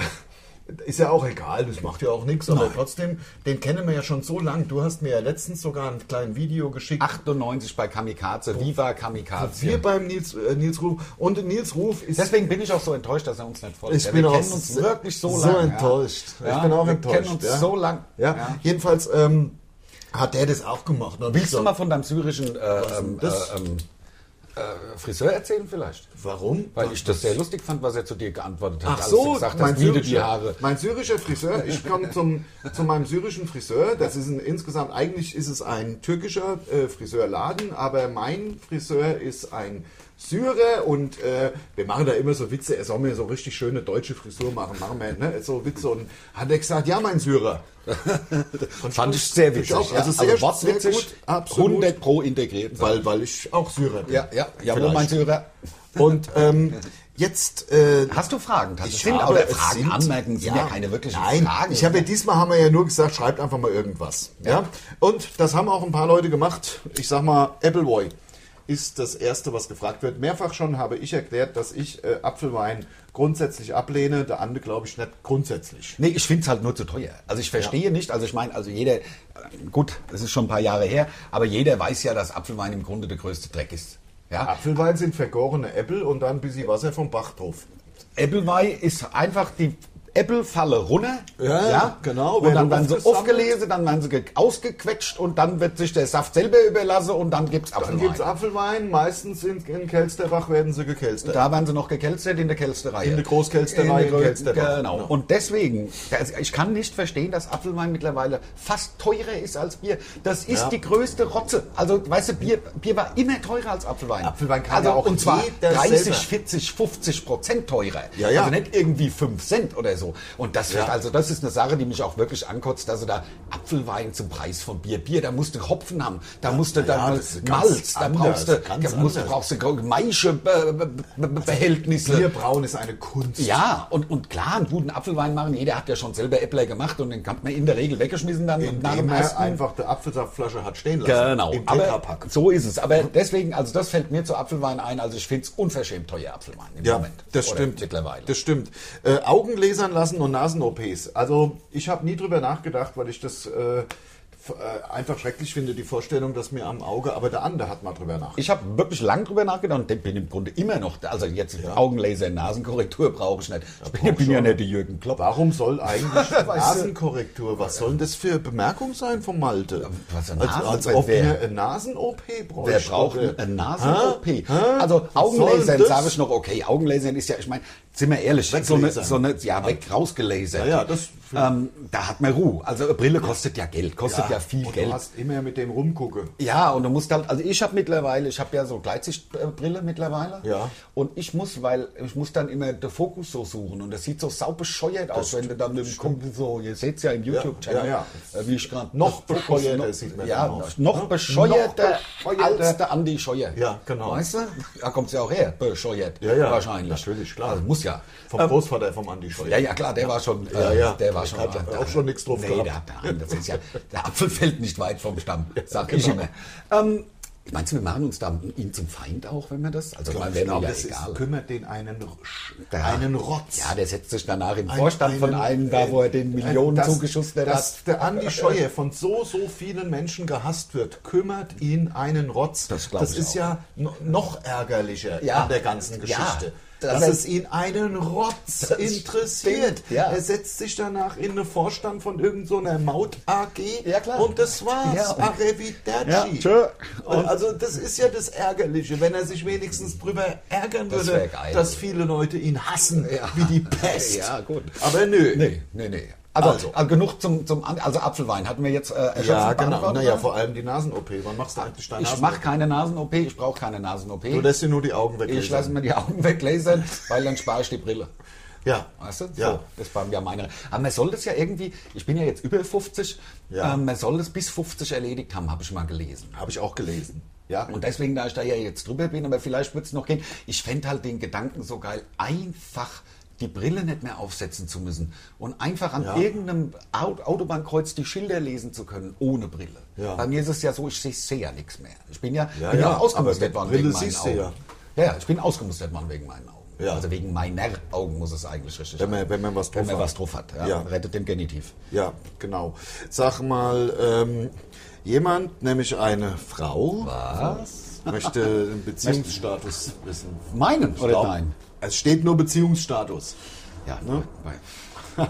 [SPEAKER 2] ist ja auch egal, das macht ja auch nichts, aber trotzdem, den kennen wir ja schon so lang. Du hast mir ja letztens sogar ein kleines Video geschickt.
[SPEAKER 3] 98 bei Kamikaze, Viva Kamikaze.
[SPEAKER 2] wir beim Nils, äh, Nils Ruf. Und Nils Ruf ist.
[SPEAKER 3] Deswegen bin ich auch so enttäuscht, dass er uns nicht folgt.
[SPEAKER 2] Ich
[SPEAKER 3] Ja,
[SPEAKER 2] bin
[SPEAKER 3] wir
[SPEAKER 2] auch
[SPEAKER 3] kennen uns
[SPEAKER 2] se-
[SPEAKER 3] wirklich so,
[SPEAKER 2] so
[SPEAKER 3] lange.
[SPEAKER 2] enttäuscht.
[SPEAKER 3] Ja.
[SPEAKER 2] Ich bin auch
[SPEAKER 3] wir
[SPEAKER 2] enttäuscht,
[SPEAKER 3] Wir kennen uns
[SPEAKER 2] ja.
[SPEAKER 3] so lang.
[SPEAKER 2] Ja,
[SPEAKER 3] Ja.
[SPEAKER 2] jedenfalls ähm, hat der das auch gemacht. Und ich
[SPEAKER 3] Willst
[SPEAKER 2] so,
[SPEAKER 3] du mal von deinem syrischen äh, ähm, äh,
[SPEAKER 2] das?
[SPEAKER 3] ähm, äh, Friseur erzählen vielleicht?
[SPEAKER 2] Warum?
[SPEAKER 3] Weil ich das sehr lustig fand, was er zu dir geantwortet hat.
[SPEAKER 2] Ach
[SPEAKER 3] als
[SPEAKER 2] so,
[SPEAKER 3] du gesagt
[SPEAKER 2] mein,
[SPEAKER 3] hast, wie du die
[SPEAKER 2] syrischer-
[SPEAKER 3] Haare.
[SPEAKER 2] mein syrischer Friseur, ich komme zum, zu meinem syrischen Friseur, das ist ein, insgesamt, eigentlich ist es ein türkischer äh, Friseurladen, aber mein Friseur ist ein Syrer und äh, wir machen da immer so Witze, er soll mir so richtig schöne deutsche Frisur machen, machen wir ne? so Witze und hat er gesagt, ja mein Syrer.
[SPEAKER 3] Fand ich sehr
[SPEAKER 2] Ich
[SPEAKER 3] witzig.
[SPEAKER 2] auch,
[SPEAKER 3] ja.
[SPEAKER 2] also sehr- sehr
[SPEAKER 3] wortwitzig,
[SPEAKER 2] gut, absolut.
[SPEAKER 3] 100 pro integriert.
[SPEAKER 2] Weil, weil ich auch Syrer bin.
[SPEAKER 3] ja, ja, ja, wo
[SPEAKER 2] Vielleicht.
[SPEAKER 3] mein Syrer.
[SPEAKER 2] Und ähm, jetzt äh,
[SPEAKER 3] Hast du Fragen? Tatsächlich?
[SPEAKER 2] Ich
[SPEAKER 3] Sind-
[SPEAKER 2] habe,
[SPEAKER 3] oder
[SPEAKER 2] es
[SPEAKER 3] Fragen
[SPEAKER 2] sind-
[SPEAKER 3] anmerken sind ja, keine wirklichen
[SPEAKER 2] nein,
[SPEAKER 3] Fragen.
[SPEAKER 2] Ich habe ja diesmal haben wir ja nur gesagt, schreibt einfach mal irgendwas. Ja. Und das haben auch ein paar Leute gemacht. Ich sag mal, Appleboy ist das erste, was gefragt wird. Mehrfach schon habe ich erklärt, dass ich äh, Apfelwein grundsätzlich ablehne. Der andere glaube ich nicht grundsätzlich.
[SPEAKER 3] Nee, ich finde es halt nur zu teuer. Also ich verstehe nicht, also ich meine, also jeder, äh, gut, es ist schon ein paar Jahre her, aber jeder weiß ja, dass Apfelwein im Grunde der größte Dreck ist. Ja?
[SPEAKER 2] Apfelwein sind vergorene Äpfel und dann ein bisschen Wasser vom Bachhof.
[SPEAKER 3] Applewein ist einfach die Apple-Falle runter.
[SPEAKER 2] Ja, genau,
[SPEAKER 3] Und dann
[SPEAKER 2] werden
[SPEAKER 3] werden sie
[SPEAKER 2] aufgesammelt.
[SPEAKER 3] aufgelesen, dann werden sie ge- ausgequetscht und dann wird sich der Saft selber überlassen und dann gibt es
[SPEAKER 2] Dann
[SPEAKER 3] Apfelwein.
[SPEAKER 2] gibt es Apfelwein, meistens in, in Kelsterbach werden sie gekelstert.
[SPEAKER 3] Da waren sie noch gekelstert in der Kelsterei.
[SPEAKER 2] Äh, In der Großkelsterei in Kelsterbach.
[SPEAKER 3] Genau.
[SPEAKER 2] Genau.
[SPEAKER 3] Und deswegen, also ich kann nicht verstehen, dass Apfelwein mittlerweile fast teurer ist als Bier. Das ist
[SPEAKER 2] Ja.
[SPEAKER 3] die größte Rotze. Also, weißt du, Bier, Bier war immer teurer als Apfelwein.
[SPEAKER 2] Apfelwein kann
[SPEAKER 3] also,
[SPEAKER 2] ja auch
[SPEAKER 3] Und zwar
[SPEAKER 2] jeder
[SPEAKER 3] 30,
[SPEAKER 2] selber.
[SPEAKER 3] 40, 50 Prozent teurer.
[SPEAKER 2] Ja, ja.
[SPEAKER 3] Also nicht irgendwie 5 Cent oder so. Und das,
[SPEAKER 2] Ja.
[SPEAKER 3] also das ist eine Sache, die mich auch wirklich ankotzt, dass sie da Apfelwein zum Preis von Bier. Bier, da musst du Hopfen haben, da musst du
[SPEAKER 2] na ja,
[SPEAKER 3] dann
[SPEAKER 2] das ist ganz
[SPEAKER 3] Malz, da
[SPEAKER 2] anders,
[SPEAKER 3] brauchst du,
[SPEAKER 2] ganz
[SPEAKER 3] da musst du
[SPEAKER 2] anders.
[SPEAKER 3] brauchst du Maische äh, Be- Be- Be- Behältnisse.
[SPEAKER 2] Bierbrauen ist eine Kunst.
[SPEAKER 3] Ja, und, und klar, einen guten Apfelwein machen, jeder hat ja schon selber Äppler gemacht und den hat man in der Regel weggeschmissen dann und nach
[SPEAKER 2] Indem
[SPEAKER 3] dem
[SPEAKER 2] er
[SPEAKER 3] ersten.
[SPEAKER 2] einfach die Apfelsaftflasche hat stehen lassen.
[SPEAKER 3] genau,
[SPEAKER 2] Im
[SPEAKER 3] aber
[SPEAKER 2] Tetrapack.
[SPEAKER 3] so ist es. Aber deswegen, also das fällt mir zu Apfelwein ein, also ich finde es unverschämt teuer Apfelwein im
[SPEAKER 2] Ja,
[SPEAKER 3] Moment.
[SPEAKER 2] das
[SPEAKER 3] Oder
[SPEAKER 2] stimmt.
[SPEAKER 3] Mittlerweile.
[SPEAKER 2] Das stimmt. Äh, Augen lasern lassen und Nasen-OPs. Also ich habe nie drüber nachgedacht, weil ich das äh, f- äh, einfach schrecklich finde, die Vorstellung, dass mir am Auge, aber der andere hat mal drüber nachgedacht.
[SPEAKER 3] ich habe wirklich lang drüber nachgedacht und bin im Grunde immer noch, also jetzt Augenlaser, Nasenkorrektur brauche ich nicht. Ich bin, bin ja nicht der Jürgen Klopp.
[SPEAKER 2] Warum soll eigentlich
[SPEAKER 3] Weißt du-
[SPEAKER 2] Nasenkorrektur, was soll denn das für eine Bemerkung sein vom Malte?
[SPEAKER 3] was, eine
[SPEAKER 2] als,
[SPEAKER 3] Nasen-
[SPEAKER 2] als ob
[SPEAKER 3] wer-
[SPEAKER 2] wir eine Nasen-OP bräuchten.
[SPEAKER 3] Wer braucht
[SPEAKER 2] oder?
[SPEAKER 3] eine Nasen-OP?
[SPEAKER 2] Hä?
[SPEAKER 3] Also
[SPEAKER 2] Was soll
[SPEAKER 3] Augenlasern
[SPEAKER 2] das?
[SPEAKER 3] sage ich noch, okay, Augenlasern ist ja, ich meine, sind wir ehrlich, so eine,
[SPEAKER 2] Weglasern.
[SPEAKER 3] so eine, ja, weg, rausgelasert.
[SPEAKER 2] Ja, ja, das-
[SPEAKER 3] ähm, da hat man Ruhe. Also eine Brille kostet ja Geld, kostet ja, viel
[SPEAKER 2] und
[SPEAKER 3] Geld.
[SPEAKER 2] Du hast immer mit dem rumgucke.
[SPEAKER 3] Ja, und du musst halt, also ich habe mittlerweile, ich habe ja so Gleitsichtbrille mittlerweile.
[SPEAKER 2] Ja.
[SPEAKER 3] Und ich muss, weil ich muss dann immer den Fokus so suchen und das sieht so saubescheuert aus, wenn du dann mit dem Kumpel so, ihr seht es ja im YouTube-Channel,
[SPEAKER 2] ja,
[SPEAKER 3] äh, wie ich gerade
[SPEAKER 2] Noch
[SPEAKER 3] das Fokus
[SPEAKER 2] bescheuerter
[SPEAKER 3] noch-
[SPEAKER 2] sieht man
[SPEAKER 3] Ja,
[SPEAKER 2] dann
[SPEAKER 3] noch,
[SPEAKER 2] aus.
[SPEAKER 3] noch
[SPEAKER 2] Noch
[SPEAKER 3] bescheuerter
[SPEAKER 2] bescheuerter.
[SPEAKER 3] als der Andi Scheuer.
[SPEAKER 2] Ja, genau.
[SPEAKER 3] Weißt du? Da kommt es ja auch her, bescheuert.
[SPEAKER 2] Ja, ja.
[SPEAKER 3] Wahrscheinlich.
[SPEAKER 2] Natürlich, klar.
[SPEAKER 3] Also muss ja.
[SPEAKER 2] Vom Großvater vom Andi Scheuer.
[SPEAKER 3] Ja, ja, klar, der war schon. äh,
[SPEAKER 2] Ja, ja.
[SPEAKER 3] Der war
[SPEAKER 2] Ich
[SPEAKER 3] schon.
[SPEAKER 2] hab auch schon nix drauf
[SPEAKER 3] nee,
[SPEAKER 2] gehabt.
[SPEAKER 3] der, nein, das ist ja, der Apfel fällt nicht weit vom Stamm, sag ich
[SPEAKER 2] genau.
[SPEAKER 3] immer. Ähm, meinst du, wir machen uns da ihn zum Feind auch, wenn wir das? Also, ich meine,
[SPEAKER 2] Ich
[SPEAKER 3] wäre mir
[SPEAKER 2] glaube,
[SPEAKER 3] ja
[SPEAKER 2] das
[SPEAKER 3] egal.
[SPEAKER 2] ist, kümmert den einen, Sch-
[SPEAKER 3] Ja.
[SPEAKER 2] einen Rotz.
[SPEAKER 3] ja, der setzt sich danach im
[SPEAKER 2] Ein-
[SPEAKER 3] Vorstand von
[SPEAKER 2] einen-
[SPEAKER 3] einem da, wo er den
[SPEAKER 2] äh,
[SPEAKER 3] Millionen
[SPEAKER 2] dass-
[SPEAKER 3] zugeschussen hat.
[SPEAKER 2] Dass der Andi Scheuer von so, so vielen Menschen gehasst wird, kümmert ihn einen Rotz.
[SPEAKER 3] Das glaub ich
[SPEAKER 2] ist
[SPEAKER 3] auch.
[SPEAKER 2] ja no- noch ärgerlicher
[SPEAKER 3] Ja.
[SPEAKER 2] an der ganzen
[SPEAKER 3] Ja.
[SPEAKER 2] Geschichte.
[SPEAKER 3] Das
[SPEAKER 2] dass
[SPEAKER 3] ist-
[SPEAKER 2] es ihn einen Rotz
[SPEAKER 3] Das
[SPEAKER 2] interessiert.
[SPEAKER 3] stimmt, ja.
[SPEAKER 2] Er setzt sich danach in den Vorstand von irgendeiner so einer Maut-AG
[SPEAKER 3] Ja, klar.
[SPEAKER 2] und das war's.
[SPEAKER 3] Ja, und-
[SPEAKER 2] Arrivederci.
[SPEAKER 3] Ja, tschö.
[SPEAKER 2] Und also das ist ja das Ärgerliche, wenn er sich wenigstens drüber ärgern
[SPEAKER 3] Das wär
[SPEAKER 2] würde,
[SPEAKER 3] geil.
[SPEAKER 2] dass viele Leute ihn hassen wie die Pest.
[SPEAKER 3] Ja, gut.
[SPEAKER 2] Aber nö.
[SPEAKER 3] Nee, nee, nee. Also,
[SPEAKER 2] Also.
[SPEAKER 3] also genug zum, zum An- also Apfelwein hatten wir jetzt äh, erschöpfend
[SPEAKER 2] Ja, genau.
[SPEAKER 3] beantwortet.
[SPEAKER 2] Naja, vor allem die Nasen-OP. Wann machst du eigentlich deine
[SPEAKER 3] Ich
[SPEAKER 2] Nasen-
[SPEAKER 3] mache keine Nasen-OP, ich brauche keine Nasen-OP.
[SPEAKER 2] Du lässt dir nur die Augen
[SPEAKER 3] Ich
[SPEAKER 2] weglesen.
[SPEAKER 3] lasse mir die Augen weglasern, weil dann spare ich die Brille.
[SPEAKER 2] Ja.
[SPEAKER 3] Weißt du?
[SPEAKER 2] Ja.
[SPEAKER 3] So, das war ja meine. Aber man soll das ja irgendwie, ich bin ja jetzt über 50,
[SPEAKER 2] Ja.
[SPEAKER 3] ähm, man soll das bis 50 erledigt haben, habe ich mal gelesen.
[SPEAKER 2] Habe ich auch gelesen. Ja.
[SPEAKER 3] Und deswegen, da ich da ja jetzt drüber bin, aber vielleicht wird es noch gehen, ich fände halt den Gedanken so geil, einfach die Brille nicht mehr aufsetzen zu müssen und einfach an
[SPEAKER 2] Ja.
[SPEAKER 3] irgendeinem Au- Autobahnkreuz die Schilder lesen zu können, ohne Brille.
[SPEAKER 2] Ja.
[SPEAKER 3] Bei mir ist es ja so, ich sehe seh ja nichts mehr. Ich bin ja,
[SPEAKER 2] Ja,
[SPEAKER 3] bin ja
[SPEAKER 2] ja,
[SPEAKER 3] auch ausgemustert
[SPEAKER 2] aber
[SPEAKER 3] worden
[SPEAKER 2] mit
[SPEAKER 3] wegen
[SPEAKER 2] Brille
[SPEAKER 3] meinen
[SPEAKER 2] siehst du
[SPEAKER 3] Augen. Ja, ja, ich bin ausgemustert worden wegen meinen Augen.
[SPEAKER 2] Ja.
[SPEAKER 3] Also wegen meiner Augen muss es eigentlich richtig
[SPEAKER 2] Wenn man- wenn man was
[SPEAKER 3] wenn
[SPEAKER 2] drauf
[SPEAKER 3] man
[SPEAKER 2] hat.
[SPEAKER 3] was drauf hat. Ja.
[SPEAKER 2] Ja.
[SPEAKER 3] Rettet den Genitiv.
[SPEAKER 2] Ja, genau. Sag mal, ähm, jemand, nämlich eine Frau,
[SPEAKER 3] Was?
[SPEAKER 2] möchte den Beziehungsstatus wissen.
[SPEAKER 3] Meinen oder
[SPEAKER 2] Glaub-
[SPEAKER 3] nein?
[SPEAKER 2] Es steht nur Beziehungsstatus.
[SPEAKER 3] Ja,
[SPEAKER 2] Ne?
[SPEAKER 3] bei-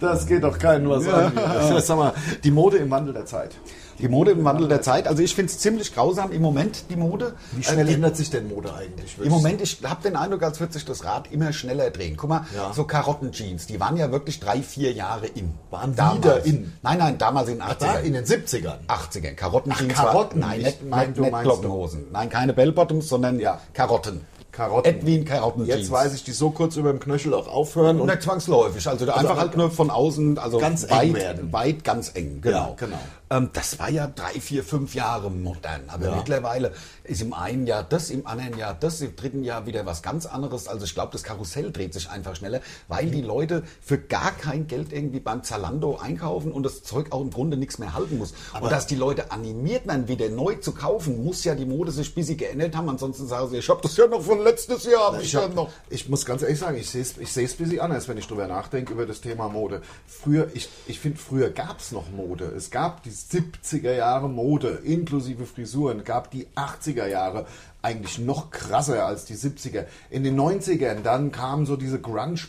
[SPEAKER 2] Das geht doch keinen was an. Sag mal, die Mode im Wandel der Zeit.
[SPEAKER 3] Die Mode im Wandel der Zeit. Also ich finde es ziemlich grausam im Moment, die Mode.
[SPEAKER 2] Wie schnell
[SPEAKER 3] Äh,
[SPEAKER 2] ändert sich denn Mode eigentlich?
[SPEAKER 3] Im Moment, ich habe den Eindruck, als würde sich das Rad immer schneller drehen. Guck mal,
[SPEAKER 2] Ja.
[SPEAKER 3] so Karottenjeans, die waren ja wirklich drei, vier Jahre in.
[SPEAKER 2] Waren wieder in.
[SPEAKER 3] Nein, nein, damals in den 80ern.
[SPEAKER 2] da in den 70ern.
[SPEAKER 3] 80ern. Karottenjeans.
[SPEAKER 2] Ach, Karotten,
[SPEAKER 3] War, nein,
[SPEAKER 2] nicht-
[SPEAKER 3] nicht,
[SPEAKER 2] nein,
[SPEAKER 3] nicht,
[SPEAKER 2] du
[SPEAKER 3] nicht
[SPEAKER 2] meinst
[SPEAKER 3] Glockenhosen. Nein, keine Bellbottoms, sondern
[SPEAKER 2] Ja.
[SPEAKER 3] Karotten.
[SPEAKER 2] Karotten.
[SPEAKER 3] Edwin Karottenjeans.
[SPEAKER 2] Jetzt weiß ich, die so kurz über dem Knöchel auch aufhören. Und äh,
[SPEAKER 3] Nicht zwangsläufig, also, einfach halt nur von außen, also
[SPEAKER 2] Ganz eng
[SPEAKER 3] weit,
[SPEAKER 2] werden.
[SPEAKER 3] weit, ganz eng, genau.
[SPEAKER 2] Ja, genau.
[SPEAKER 3] Ähm, das war ja drei, vier, fünf Jahre modern, aber
[SPEAKER 2] Ja.
[SPEAKER 3] mittlerweile ist im einen Jahr das, im anderen Jahr das, im dritten Jahr wieder was ganz anderes. Also ich glaube, das Karussell dreht sich einfach schneller, weil die Leute für gar kein Geld irgendwie beim Zalando einkaufen und das Zeug auch im Grunde nichts mehr halten muss.
[SPEAKER 2] Aber-
[SPEAKER 3] und dass die Leute animiert werden, wieder neu zu kaufen, muss ja die Mode sich bisschen geändert haben, ansonsten sagen sie, ich habe das ja noch von letztes Jahr, hab ich,
[SPEAKER 2] ich,
[SPEAKER 3] ja
[SPEAKER 2] hab,
[SPEAKER 3] noch.
[SPEAKER 2] ich muss ganz ehrlich sagen, ich sehe es ich seh's ein bisschen anders, wenn ich drüber nachdenke, über das Thema Mode. Früher, ich, ich finde, früher gab es noch Mode. Es gab die 70er Jahre Mode, inklusive Frisuren, gab die 80er Jahre eigentlich noch krasser als die 70er. In den 90ern dann kam so diese